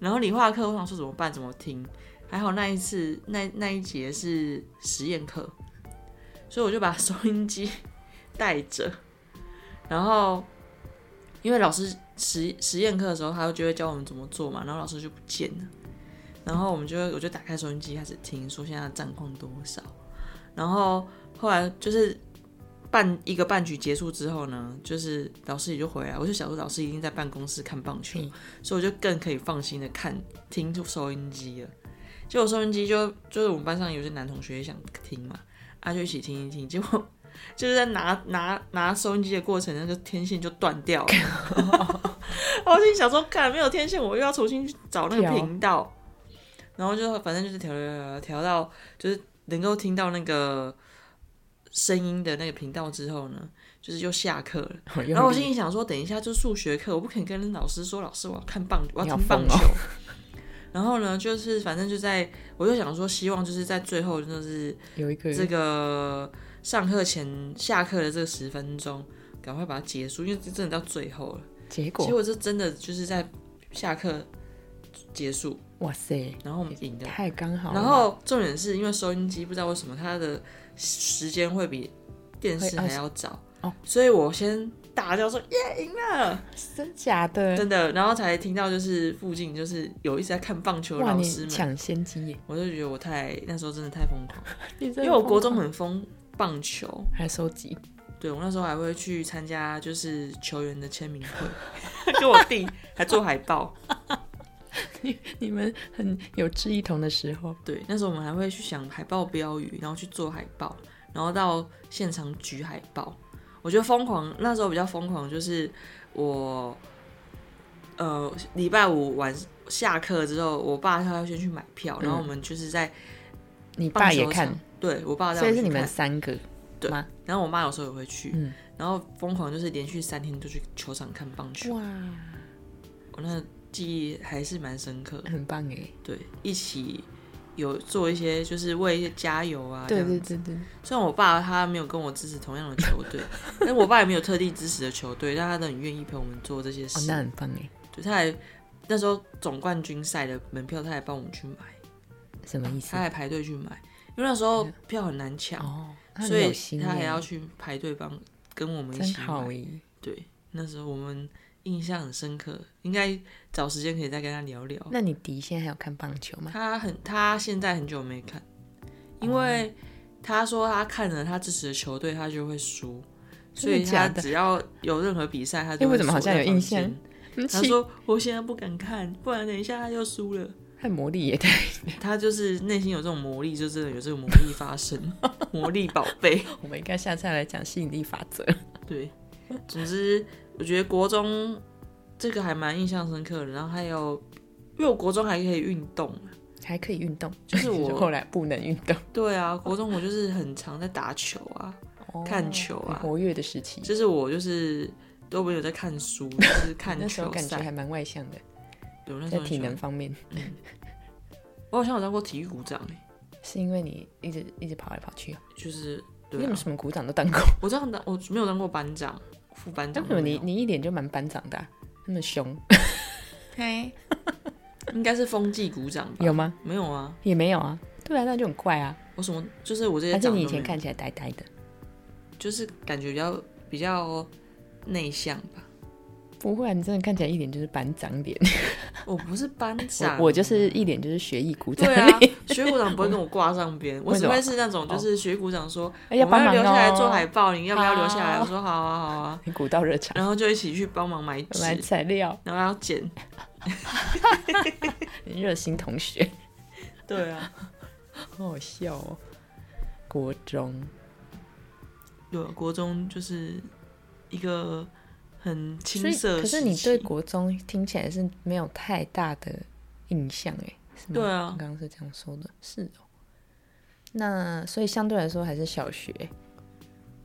Speaker 2: 然后理化课我想说怎么办怎么听，还好那一次那那一节是实验课，所以我就把收音机带着，然后因为老师实实验课的时候，他就会教我们怎么做嘛，然后老师就不见了，然后我们就会我就打开收音机开始听，说现在的战况多少，然后后来就是半一个半局结束之后呢，就是老师也就回来，我就想说老师一定在办公室看棒球
Speaker 1: 嗯，
Speaker 2: 所以我就更可以放心的看听收音机了。结果收音机就就是我们班上有些男同学也想听嘛，啊就一起听一听，结果 <laughs> 就是在拿拿拿收音机的过程，那个天线就断掉了。我心里想说，看没有天线，我又要重新去找那个
Speaker 1: 调
Speaker 2: 频道，然后就反正就是调调调调到就是能够听到那个声音的那个频道之后呢，就是又下课了。 <laughs> 然后我心里想说，等一下就数学课，我不肯跟老师说，老师我要看棒，我
Speaker 1: 你
Speaker 2: 要
Speaker 1: 好
Speaker 2: 听棒
Speaker 1: 疯
Speaker 2: 球 <laughs>
Speaker 1: 哦。
Speaker 2: 然后呢，就是反正就在，我就想说，希望就是在最后就是
Speaker 1: 有一个
Speaker 2: 这个上课前下课的这十分钟，赶快把它结束，因为这真的到最后了。
Speaker 1: 结
Speaker 2: 结
Speaker 1: 果，
Speaker 2: 果这真的就是在下课结束，
Speaker 1: 哇塞，
Speaker 2: 然后我们赢的。
Speaker 1: 太刚好了。
Speaker 2: 然后重点是因为收音机不知道为什么它的时间会比电视还要早，
Speaker 1: 哦
Speaker 2: 所以我先大叫说耶赢了，
Speaker 1: 真假的，
Speaker 2: 真的，然后才听到就是附近就是有一直在看棒球的
Speaker 1: 哇，
Speaker 2: 老
Speaker 1: 你
Speaker 2: 师们，
Speaker 1: 抢先机耶！
Speaker 2: 我就觉得我太那时候真的太疯狂了，
Speaker 1: 你真的
Speaker 2: 因为我国中
Speaker 1: 疯
Speaker 2: 很疯棒球，
Speaker 1: 狂还收集，
Speaker 2: 对我那时候还会去参加就是球员的签名会， <laughs> 跟我弟还做海报，
Speaker 1: 你们很有志一同的时候，
Speaker 2: 对，那时候我们还会去想海报标语，然后去做海报，然后到现场举海报。我觉得疯狂，那时候比较疯狂，就是我，呃，礼拜五晚下课之后，我爸他要先去买票，
Speaker 1: 嗯
Speaker 2: 然后我们就是在
Speaker 1: 你
Speaker 2: 棒
Speaker 1: 爸也
Speaker 2: 球
Speaker 1: 看
Speaker 2: 场，，对我爸带我
Speaker 1: 所以是你
Speaker 2: 去
Speaker 1: 们
Speaker 2: 看，
Speaker 1: 三个
Speaker 2: 对
Speaker 1: 吗？
Speaker 2: 然后我妈有时候也会去，
Speaker 1: 嗯
Speaker 2: 然后疯狂就是连续三天都去球场看棒球，
Speaker 1: 哇，
Speaker 2: 我那记忆还是蛮深刻的。
Speaker 1: 很棒哎！
Speaker 2: 对，一起有做一些就是为一些加油啊，这
Speaker 1: 对
Speaker 2: 样
Speaker 1: 对对哦对，
Speaker 2: 虽然我爸他没有跟我支持同样的球队， <laughs> 但我爸也没有特地支持的球队，但他都很愿意陪我们做这些
Speaker 1: 哦，
Speaker 2: 事。
Speaker 1: 那很棒哎！
Speaker 2: 对，他还那时候总冠军赛的门票，他还帮我们去买，
Speaker 1: 什么意思
Speaker 2: 他？还排队去买，因为那时候
Speaker 1: 嗯
Speaker 2: 票很难抢，
Speaker 1: 哦，他
Speaker 2: 所
Speaker 1: 很有
Speaker 2: 以
Speaker 1: 心
Speaker 2: 他还
Speaker 1: 耶
Speaker 2: 要去排队帮跟我们一
Speaker 1: 真
Speaker 2: 起买
Speaker 1: 好。欸耶。
Speaker 2: 对，那时候我们印象很深刻，应该找时间可以再跟他聊聊。
Speaker 1: 那你迪现在还有看棒球吗？
Speaker 2: 他很，他现在很久没看，
Speaker 1: 哦
Speaker 2: 因为他说他看了他支持的球队，他就会输，所以
Speaker 1: 真的假
Speaker 2: 他
Speaker 1: 的
Speaker 2: 只要有任何比赛，他就
Speaker 1: 哎
Speaker 2: 会
Speaker 1: 我怎么好像有印象
Speaker 2: 锁在房间
Speaker 1: 嗯 <laughs>
Speaker 2: 他
Speaker 1: 其
Speaker 2: 说我现在不敢看，不然等一下他又输了。
Speaker 1: 他魔力也太……
Speaker 2: 他就是内心有这种魔力，就真的有这个魔力发
Speaker 1: <laughs>
Speaker 2: 生，魔力宝贝。
Speaker 1: 我们应该下次要来讲吸引力法则。
Speaker 2: 对，总之我觉得国中这个还蛮印象深刻的。然后还有，因为我国中还可以运动，
Speaker 1: 还可以运动，
Speaker 2: 就是我
Speaker 1: 后来不能运动，
Speaker 2: 对啊，国中我就是很常在打球啊， <laughs> 看球
Speaker 1: 哦很
Speaker 2: 啊，
Speaker 1: 活跃的时期。
Speaker 2: 就是我就是都没有在看书，就是看
Speaker 1: <laughs> 那时候
Speaker 2: 球
Speaker 1: 感觉
Speaker 2: 赛。
Speaker 1: 还蛮外向的，
Speaker 2: 对，我那时
Speaker 1: 在
Speaker 2: 候很
Speaker 1: 体
Speaker 2: 喜
Speaker 1: 能
Speaker 2: 欢，
Speaker 1: 方面，
Speaker 2: 我好像有当过体育股长欸
Speaker 1: 是因为你一直一直跑来跑去、啊，
Speaker 2: 就是
Speaker 1: 你
Speaker 2: 对
Speaker 1: 怎
Speaker 2: 啊
Speaker 1: 么，什么鼓掌都当过？
Speaker 2: 我这样当我没有当过班长、副班
Speaker 1: 但
Speaker 2: 长
Speaker 1: 为什
Speaker 2: 都
Speaker 1: 么
Speaker 2: 哦没
Speaker 1: 你
Speaker 2: 有，
Speaker 1: 你一脸就蛮班长的啊、那么凶，
Speaker 2: 应该是风纪股长吧？
Speaker 1: <laughs> 有吗？
Speaker 2: 没有啊？
Speaker 1: 也没有啊。对啊，那就很怪啊。
Speaker 2: 我什么就是我这些
Speaker 1: 还是
Speaker 2: 长
Speaker 1: 你
Speaker 2: 都
Speaker 1: 以前
Speaker 2: 没有
Speaker 1: 看起来呆呆的，
Speaker 2: 就是感觉比较比较内向吧。
Speaker 1: 不会啊，你真的看起来一脸就是班长脸。
Speaker 2: 我不是班长，
Speaker 1: 我我就是一脸就是学艺鼓掌
Speaker 2: 对
Speaker 1: 脸。
Speaker 2: 啊，学股长不会跟我挂上边，我
Speaker 1: <laughs> 为什
Speaker 2: 只
Speaker 1: 么
Speaker 2: 会是那种就是学股长说，
Speaker 1: <laughs> 哎要
Speaker 2: 我
Speaker 1: 帮
Speaker 2: 们要
Speaker 1: 忙
Speaker 2: 留下来
Speaker 1: 哦
Speaker 2: 做海报，你要不要留下来？
Speaker 1: 好
Speaker 2: 我说好啊好啊，
Speaker 1: <laughs> 你鼓到热场，
Speaker 2: 然后就一起去帮忙买
Speaker 1: 我
Speaker 2: 纸
Speaker 1: 们来，材料，
Speaker 2: 然后要剪。
Speaker 1: 热心同学，
Speaker 2: 对啊，
Speaker 1: 好好笑哦。国中，
Speaker 2: 对啊，国中就是一个很
Speaker 1: 所
Speaker 2: 青
Speaker 1: 以
Speaker 2: 涩的
Speaker 1: 可是
Speaker 2: 时
Speaker 1: 你对
Speaker 2: 期
Speaker 1: 国中听起来是没有太大的印象哎，是吗？
Speaker 2: 对啊
Speaker 1: 你刚刚是这样说的，是哦。那所以相对来说还是小学，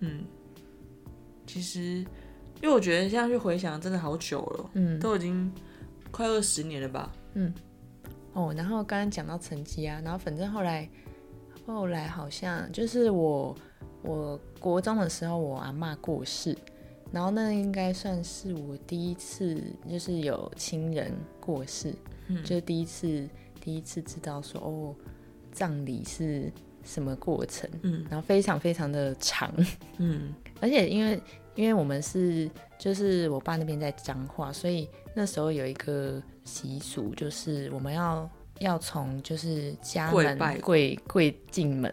Speaker 2: 嗯，其实因为我觉得现在去回想真的好久了，
Speaker 1: 嗯
Speaker 2: 都已经快二十年了吧。
Speaker 1: 哦。然后刚刚讲到成绩啊，然后反正后来后来好像就是我我国中的时候，我阿嬷过世，然后那应该算是我第一次就是有亲人过世，
Speaker 2: 嗯
Speaker 1: 就是第一次第一次知道说哦，葬礼是什么过程。
Speaker 2: 嗯
Speaker 1: 然后非常非常的长，
Speaker 2: 嗯
Speaker 1: 而且因为因为我们是就是我爸那边在彰化，所以那时候有一个习俗，就是我们要要从就是家
Speaker 2: 跪
Speaker 1: 门
Speaker 2: 拜
Speaker 1: 跪跪进门，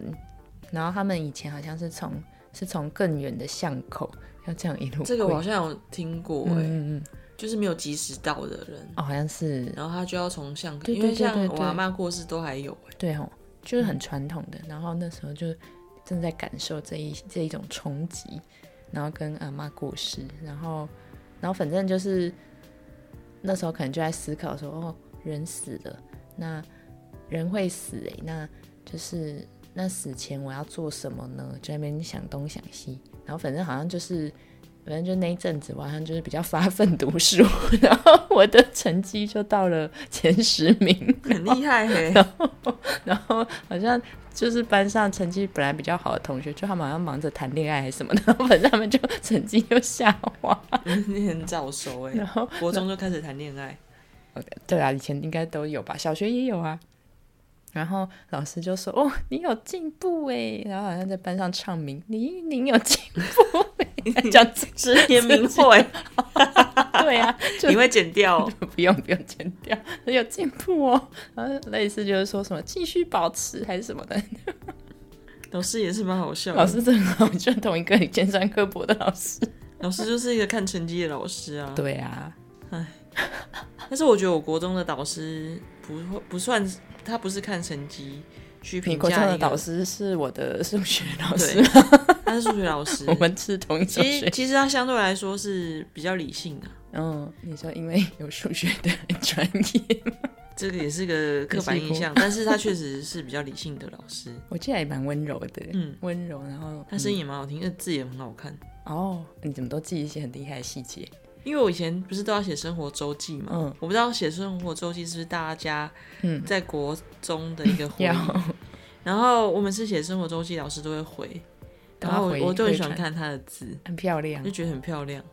Speaker 1: 然后他们以前好像是从是从更远的巷口要这样一路
Speaker 2: 这个我
Speaker 1: 跪
Speaker 2: 好像有听过、
Speaker 1: 嗯
Speaker 2: 欸，
Speaker 1: 嗯嗯
Speaker 2: 就是没有及时到的人，
Speaker 1: 哦好像是
Speaker 2: 然后他就要从巷口，
Speaker 1: 对
Speaker 2: 因
Speaker 1: 对
Speaker 2: 为
Speaker 1: 对
Speaker 2: 像
Speaker 1: 对
Speaker 2: 我
Speaker 1: 对
Speaker 2: 阿妈过世都还有、欸，
Speaker 1: 对哦，就是很传统的。然后那时候就正在感受这一这一种冲击，然后跟阿妈过世，然后然后反正就是那时候可能就在思考说，哦，人死了，那人会死诶、那就是那死前我要做什么呢？就在那边想东想西，然后反正好像就是。反正就那一阵子，我好像就是比较发奋读书， <laughs> 然后我的成绩就到了前十名，
Speaker 2: 欸很厉害嘿、
Speaker 1: <laughs> 然后好像就是班上成绩本来比较好的同学，就他们好像忙着谈恋爱还是什么的， <laughs> 然后反正他们就成绩就下滑。
Speaker 2: 你很早熟哎、
Speaker 1: 然后
Speaker 2: 国中就开始谈恋爱，
Speaker 1: 对啊，以前应该都有吧，小学也有啊。然后老师就说：“哦，你有进步哎！”然后好像在班上唱名，你你有进步哎，这样子
Speaker 2: 十年 <laughs> 名讳，
Speaker 1: 对啊，就
Speaker 2: 你会剪掉哦、
Speaker 1: <laughs> 不用不用剪掉，有进步哦。然后类似就是说什么继续保持还是什么的，
Speaker 2: 老师也是蛮好笑的，
Speaker 1: 老师真的好像同一个尖酸刻薄的老师。
Speaker 2: 老师就是一个看成绩的老师啊。
Speaker 1: 对啊，
Speaker 2: 但是我觉得我国中的导师不会不算，他不是看成绩去
Speaker 1: 你
Speaker 2: 评
Speaker 1: 国中
Speaker 2: 价
Speaker 1: 的
Speaker 2: 一个
Speaker 1: 导，师是我的数学老师
Speaker 2: 对，他是数学老师
Speaker 1: <laughs> 。我们是同一所
Speaker 2: 其实
Speaker 1: 学。
Speaker 2: 其实他相对来说是比较理性啊的、
Speaker 1: 嗯，你说因为有数学的专业，
Speaker 2: 这个也是个刻板印象，
Speaker 1: <laughs>
Speaker 2: 但是他确实是比较理性的老师。
Speaker 1: 我记得也蛮温柔的，
Speaker 2: 嗯，
Speaker 1: 温柔，然后
Speaker 2: 他声音也蛮好听，那字也很好看。
Speaker 1: 嗯哦，你怎么都记一些很厉害的细节？
Speaker 2: 因为我以前不是都要写生活周记嘛，
Speaker 1: 嗯
Speaker 2: 我不知道写生活周记是不是大家
Speaker 1: 嗯
Speaker 2: 在国中的一
Speaker 1: <laughs>
Speaker 2: 个回忆。
Speaker 1: 要
Speaker 2: 然后我每次写生活周记，老师都会回，
Speaker 1: 都
Speaker 2: 然
Speaker 1: 要
Speaker 2: 后
Speaker 1: 回
Speaker 2: 我我就很喜欢
Speaker 1: 回传
Speaker 2: 看他的字，
Speaker 1: 很漂亮
Speaker 2: 就，觉得很漂亮。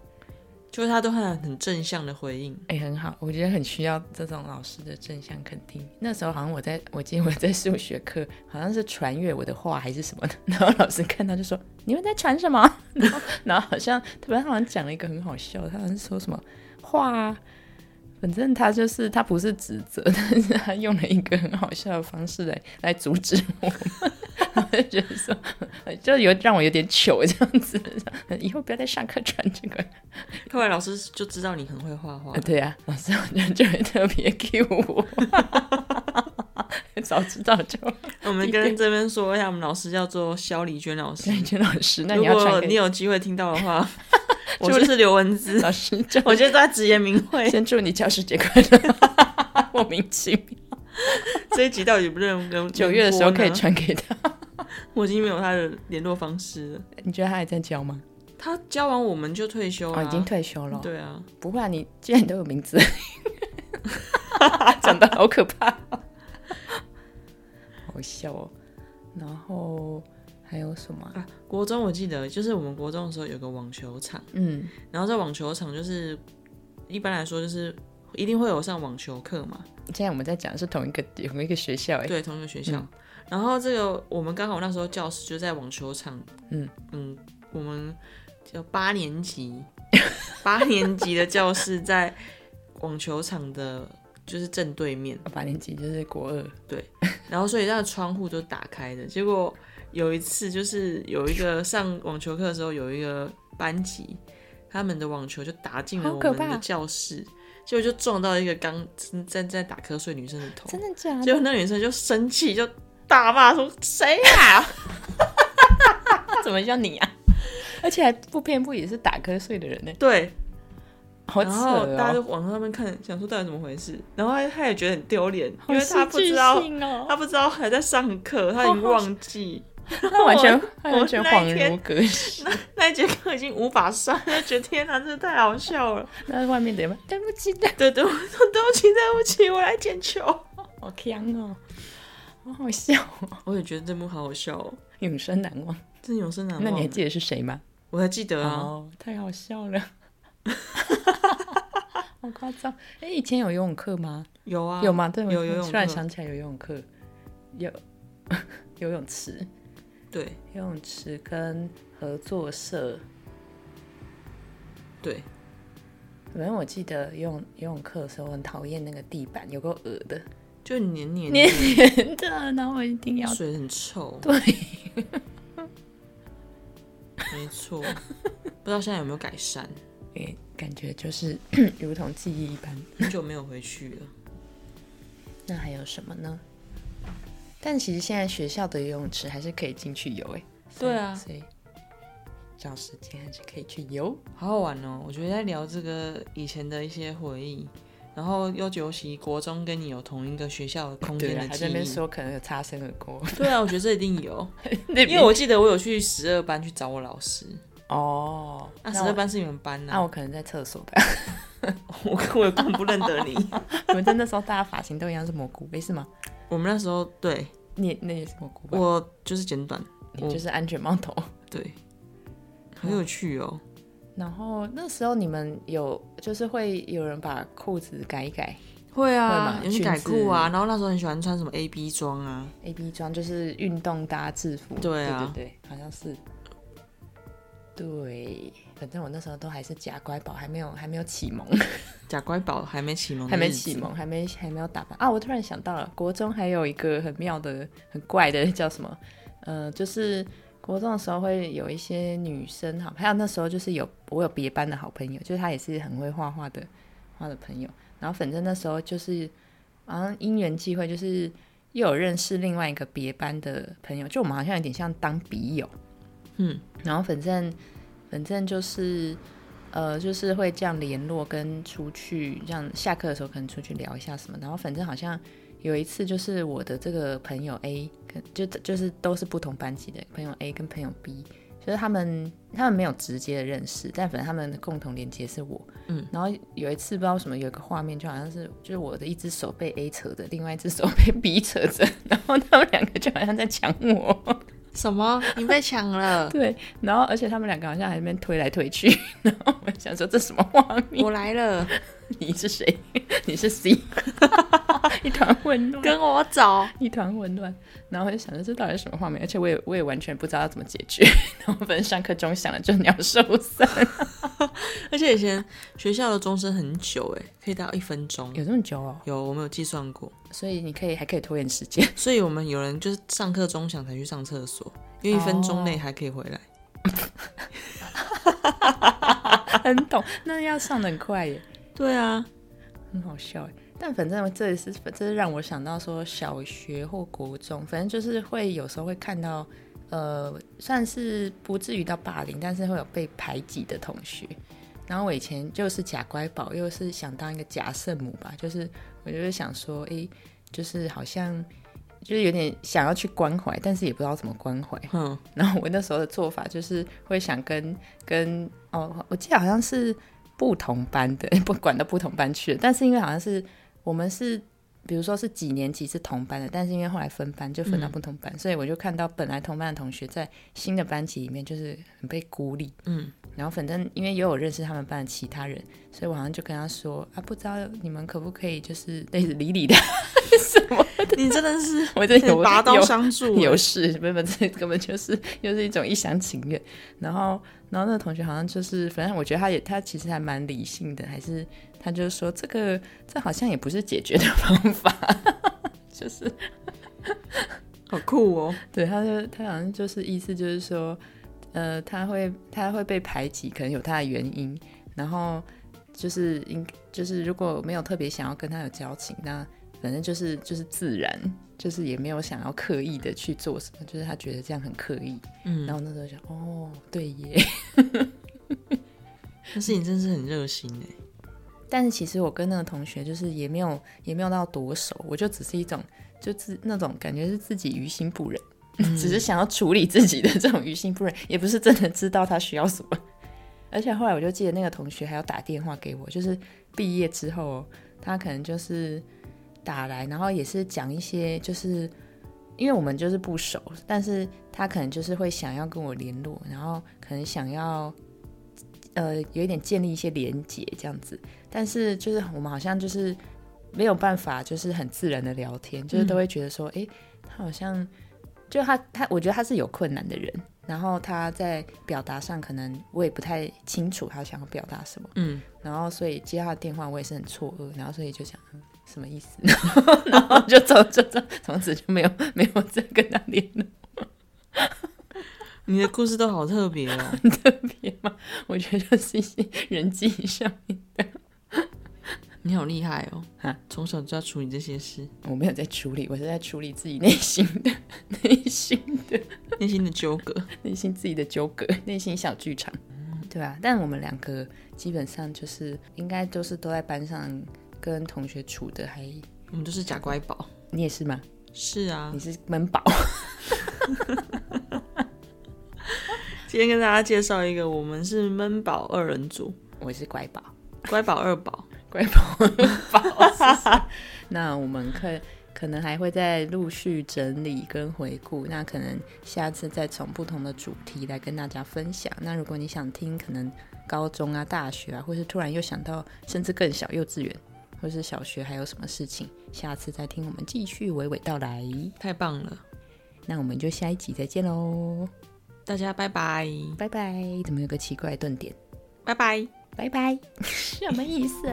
Speaker 2: 就是他都很很正向的回应。
Speaker 1: 哎、很好，我觉得很需要这种老师的正向肯定。那时候好像我在，我记得我在数学课，好像是传阅我的话还是什么的， <laughs> 然后老师看到就说：“你们在传什么？” <laughs> 然后，然后好像他好像讲了一个很好笑的，他好像是说什么话啊，反正他就是他不是指责， <laughs> 但是他用了一个很好笑的方式来来阻止我 <laughs> 们，我就觉得说，就有让我有点糗这样子， <laughs> 以后不要在上课传这个。
Speaker 2: 后来老师就知道你很会画
Speaker 1: <laughs>
Speaker 2: 画
Speaker 1: 啊，，对呀、老师好像就会特别 Q 我， <laughs> 早知道就
Speaker 2: 我们跟这边说一下，我们老师叫做肖丽娟老师
Speaker 1: 感。觉老师， <laughs> <laughs> 那
Speaker 2: 如
Speaker 1: 你要
Speaker 2: 果
Speaker 1: 传
Speaker 2: 你
Speaker 1: 给
Speaker 2: 有机会听到的
Speaker 1: <laughs>
Speaker 2: 话，我
Speaker 1: 就
Speaker 2: 就是刘文姿，
Speaker 1: <laughs> 老师 <laughs> 就，
Speaker 2: 我觉得在直言明会
Speaker 1: 先祝你教师节快乐， <laughs> 莫名其妙。
Speaker 2: 这一集到底不认能
Speaker 1: 九月的时候可以，
Speaker 2: 能
Speaker 1: 传给他，
Speaker 2: 播呢我已经没有他的联络方式了。
Speaker 1: 你觉得他还在教吗？
Speaker 2: 他教完我们就退休
Speaker 1: 哦，
Speaker 2: 了，
Speaker 1: 已经退休了。，
Speaker 2: 对啊，
Speaker 1: 不会啊，你既然都有名字， <laughs> 讲的好可怕，好笑哦。然后还有什么啊？
Speaker 2: 啊，国中我记得就是我们国中的时候有个网球场，
Speaker 1: 嗯
Speaker 2: 然后在网球场就是一般来说就是一定会有上网球课嘛，
Speaker 1: 现在我们在讲的是同一个同一个学校哎，
Speaker 2: 对，同一个学校。
Speaker 1: 嗯
Speaker 2: 然后这个我们刚好那时候教室就在网球场，
Speaker 1: 嗯
Speaker 2: 嗯，我们叫八年级，八年级的教室在网球场的，就是正对面。
Speaker 1: 八年级就是国二，
Speaker 2: 然后所以那个窗户都打开的。结果有一次就是有一个上网球课的时候，有一个班级他们的网球就打进了
Speaker 1: 好
Speaker 2: 我
Speaker 1: 可
Speaker 2: 们
Speaker 1: 怕
Speaker 2: 的教室，结果就撞到一个刚正在打瞌睡女生的头，
Speaker 1: 真的假
Speaker 2: 结
Speaker 1: 的？
Speaker 2: 果那女生就生气，就大骂说：“谁呀、
Speaker 1: 他怎么叫你啊？而且还不偏不倚是打瞌睡的人呢，
Speaker 2: 对，
Speaker 1: 好扯
Speaker 2: 然后大家就
Speaker 1: 哦，
Speaker 2: 往上面看，想说到底怎么回事。然后他他也觉得很丢脸，
Speaker 1: 好
Speaker 2: 因为他
Speaker 1: 戏
Speaker 2: 不
Speaker 1: 剧
Speaker 2: 知道，
Speaker 1: 性哦
Speaker 2: 他不知道还在上课，他已经
Speaker 1: 好好
Speaker 2: 忘记
Speaker 1: 他完全他
Speaker 2: 我
Speaker 1: 完全
Speaker 2: 那一
Speaker 1: 恍
Speaker 2: 天
Speaker 1: 如隔世。
Speaker 2: 那一节课已经无法上，就觉得天哪，真的太好笑了。
Speaker 1: 那外面的人对不起，对，
Speaker 2: 对对，我说对不起，对不起，我来捡球。
Speaker 1: 好强哦，好好笑哦，
Speaker 2: 我也觉得这幕好好笑、哦，
Speaker 1: 永生难忘。
Speaker 2: 真的永生难忘。
Speaker 1: 那你还记得是谁吗？
Speaker 2: 我还记得啊，
Speaker 1: 哦，太好笑了。 <laughs> 好夸张！哎、以前有游泳课吗？
Speaker 2: 有啊，
Speaker 1: 有吗？对，我
Speaker 2: 有游泳
Speaker 1: 突然
Speaker 2: 课
Speaker 1: 想起来有游泳课，有 <laughs> 游泳池，
Speaker 2: 对
Speaker 1: 游泳池跟合作社，
Speaker 2: 对，
Speaker 1: 反正我记得游泳游泳课的时候，我很讨厌那个地板，有个鹅的，
Speaker 2: 就黏黏
Speaker 1: 黏
Speaker 2: 的，
Speaker 1: 黏的，然后我一定要
Speaker 2: 水很臭。
Speaker 1: 对，
Speaker 2: <laughs> 没错，不知道现在有没有改善，
Speaker 1: 诶感觉就是 <clears throat> 如同记忆一般。
Speaker 2: 很久没有回去
Speaker 1: <laughs>
Speaker 2: 了。
Speaker 1: 那还有什么呢？但其实现在学校的游泳池还是可以进去游，哎，
Speaker 2: 对啊
Speaker 1: 所以所以找时间还是可以去游。
Speaker 2: 好好玩哦！我觉得在聊这个以前的一些回忆，然后又尤其国中跟你有同一个学校的空
Speaker 1: 对
Speaker 2: 间
Speaker 1: 啊，
Speaker 2: 的
Speaker 1: 还
Speaker 2: 记
Speaker 1: 在那边
Speaker 2: 忆。
Speaker 1: 说可能有擦身而过，
Speaker 2: 对啊，我觉得这一定
Speaker 1: <laughs>
Speaker 2: 有，
Speaker 1: 那
Speaker 2: <laughs> 因为我记得我有去十二班去找我老师，
Speaker 1: 哦，
Speaker 2: 那
Speaker 1: 那
Speaker 2: 十
Speaker 1: 我啊
Speaker 2: 二啊班是你们班啊呐、
Speaker 1: 那我可能在厕所吧，
Speaker 2: 我我也根本不认得你。
Speaker 1: <laughs> 我们在那时候大家发型都一样是蘑菇，诶，是吗？
Speaker 2: <laughs> 我们那时候对
Speaker 1: 你也那也是蘑菇吧？
Speaker 2: 我就是剪短，
Speaker 1: 你就是安全帽头。
Speaker 2: 对，很有趣哦。
Speaker 1: <laughs> 然后那时候你们有就是会有人把裤子改一改
Speaker 2: 会
Speaker 1: 啊
Speaker 2: 啊，有去改裤
Speaker 1: 裙
Speaker 2: 啊，
Speaker 1: 子
Speaker 2: 然后那时候很喜欢穿什么 A B 装啊，
Speaker 1: ，A B 装就是运动搭制服。
Speaker 2: 对啊
Speaker 1: 对对对，好像是。对，反正我那时候都还是假乖宝，还没有还没有启蒙，
Speaker 2: 假乖宝还没启蒙，
Speaker 1: 还没启，蒙，还没还没有打扮啊！我突然想到了，国中还有一个很妙的、很怪的叫什么？呃，就是国中的时候会有一些女生好，还有那时候就是有我有别班的好朋友，就是她也是很会画画的画的朋友。然后反正那时候就是好像因缘际会，就是又有认识另外一个别班的朋友，就我们好像有点像当笔友。
Speaker 2: 嗯，
Speaker 1: 然后反正反正就是呃，就是会这样联络跟出去，这样下课的时候可能出去聊一下什么。然后反正好像有一次就是我的这个朋友 A 跟就就是都是不同班级的朋友 A 跟朋友 B，就是他们他们没有直接的认识，但反正他们的共同连接是我。
Speaker 2: 嗯，
Speaker 1: 然后有一次不知道为什么有一个画面，就好像是就是我的一只手 <laughs> 被 A 扯着，另外一只手被 B 扯着，然后他们两个就好像在抢我。
Speaker 2: 什么？你被抢了？
Speaker 1: 对， <laughs> 然后而且他们两个好像还在那边推来推去， <laughs> 然后我想说这什么画面？
Speaker 2: 我来了，
Speaker 1: 你是谁？ <laughs> 你是 C，一团混
Speaker 2: <laughs>
Speaker 1: 乱，
Speaker 2: 跟我走。
Speaker 1: 一团混乱。然后我就想着这到底是什么画面？而且我也我也完全不知道要怎么解决。 <laughs> 然后反正上课钟响了就鸟兽散，
Speaker 2: 而且以前学校的钟声很久，哎，可以到一分钟。
Speaker 1: 有这么久哦？
Speaker 2: 有，我们有计算过，
Speaker 1: 所以你可以还可以拖延时间，
Speaker 2: 所以我们有人就是上课钟响才去上厕所，因为一分钟内还可以回来。
Speaker 1: <laughs> 很懂。那要上的很快耶，
Speaker 2: 对啊，
Speaker 1: 很好笑耶。但反正这也是，这是让我想到说，小学或国中，反正就是会有时候会看到，呃，算是不至于到霸凌，但是会有被排挤的同学。然后我以前就是假乖宝，又是想当一个假圣母吧，就是我就是想说，诶，就是好像就是有点想要去关怀，但是也不知道怎么关怀。
Speaker 2: 哼，
Speaker 1: 然后我那时候的做法就是会想跟跟哦，我记得好像是不同班的， <laughs> 不管到不同班去了。但是因为好像是我们是，比如说是几年级是同班的，但是因为后来分班就分
Speaker 2: 嗯
Speaker 1: 到不同班，所以我就看到本来同班的同学在新的班级里面就是很被孤立。
Speaker 2: 嗯，
Speaker 1: 然后反正因为也有认识他们班的其他人，所以我好像就跟他说啊，不知道你们可不可以就是 <laughs> 类似理理的什么？
Speaker 2: 你真的是
Speaker 1: 我这 <laughs> 有
Speaker 2: <laughs> 拔刀
Speaker 1: 有
Speaker 2: 相助欸，
Speaker 1: 有事，没有，没有这根本就是又是一种一厢情愿。然后，然后那个同学好像就是，反正我觉得他也他其实还蛮理性的，还是他就是说这个这好像也不是解决的方法， <laughs> 就是
Speaker 2: 好酷哦。
Speaker 1: 对，他就他好像就是意思就是说，呃，他会他会被排挤，可能有他的原因，然后就是应就是如果没有特别想要跟他有交情，那反正就是就是自然，就是也没有想要刻意的去做什么，就是他觉得这样很刻意。
Speaker 2: 嗯
Speaker 1: 然后那时候想，哦，对耶。
Speaker 2: 但是你真是很热心哎，
Speaker 1: 但是其实我跟那个同学就是也没有也没有到多熟，我就只是一种就自那种感觉是自己于心不忍， <laughs> 只是想要处理自己的这种于心不忍，也不是真的知道他需要什么。而且后来我就记得那个同学还要打电话给我，就是毕业之后哦，他可能就是打来，然后也是讲一些就是。因为我们就是不熟，但是他可能就是会想要跟我联络，然后可能想要，呃，有一点建立一些连结这样子。但是就是我们好像就是没有办法，就是很自然的聊天，就是都会觉得说，诶，他好像就他他，我觉得他是有困难的人，然后他在表达上可能我也不太清楚他想要表达什么，
Speaker 2: 嗯，
Speaker 1: 然后所以接他的电话我也是很错愕，然后所以就想。 <laughs> 嗯什么意思？然后就走就走，从此就没有没有再跟他联络。
Speaker 2: 你的故事都好特别
Speaker 1: <laughs>
Speaker 2: 哦。
Speaker 1: 特别嘛，我觉得就是一些人际上面，
Speaker 2: 你好厉害哦
Speaker 1: 哈！
Speaker 2: 从小就要处理这些事，
Speaker 1: 我没有在处理，我是在处理自己内心的内心
Speaker 2: 内心的纠葛。
Speaker 1: 内心自己的纠葛， <laughs> 内心小剧场。对啊，但我们两个基本上就是应该都是都在班上跟同学处的还，
Speaker 2: 我们就是假乖宝。
Speaker 1: 你也是吗？
Speaker 2: 是啊
Speaker 1: 你，是闷宝，
Speaker 2: 今天跟大家介绍一个，我们是闷宝二人组，
Speaker 1: 我是乖宝，
Speaker 2: 乖宝二宝。
Speaker 1: 乖宝宝是谁。那我们可可能还会再陆续整理跟回顾，那可能下次再从不同的主题来跟大家分享。那如果你想听，可能高中啊、大学啊，或是突然又想到甚至更小幼稚园或是小学还有什么事情，下次再听我们继续娓娓道来。
Speaker 2: <laughs> 太棒了，
Speaker 1: 那我们就下一集再见喽，
Speaker 2: 大家拜拜，
Speaker 1: 拜拜！怎么有个奇怪的顿点？
Speaker 2: 拜拜。
Speaker 1: 拜拜，什么意 <laughs> 思？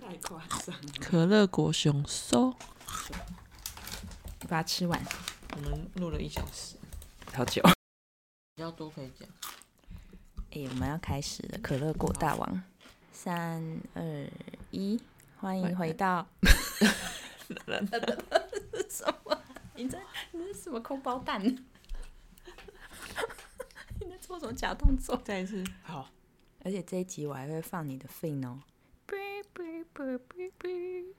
Speaker 2: 太夸张！可乐果熊收，
Speaker 1: 把它吃完，
Speaker 2: 我们录了一小时，
Speaker 1: 好久。 <laughs>
Speaker 2: 比较多可以讲。
Speaker 1: 哎、我们要开始了，可乐果大王，三二一，欢迎回到。 <laughs> 什么？你在你是什么空包蛋？ <laughs> 你在做什么假动作？
Speaker 2: 再一次，好，
Speaker 1: 而且这一集我还会放你的 fin 哦。哔哔哔哔哔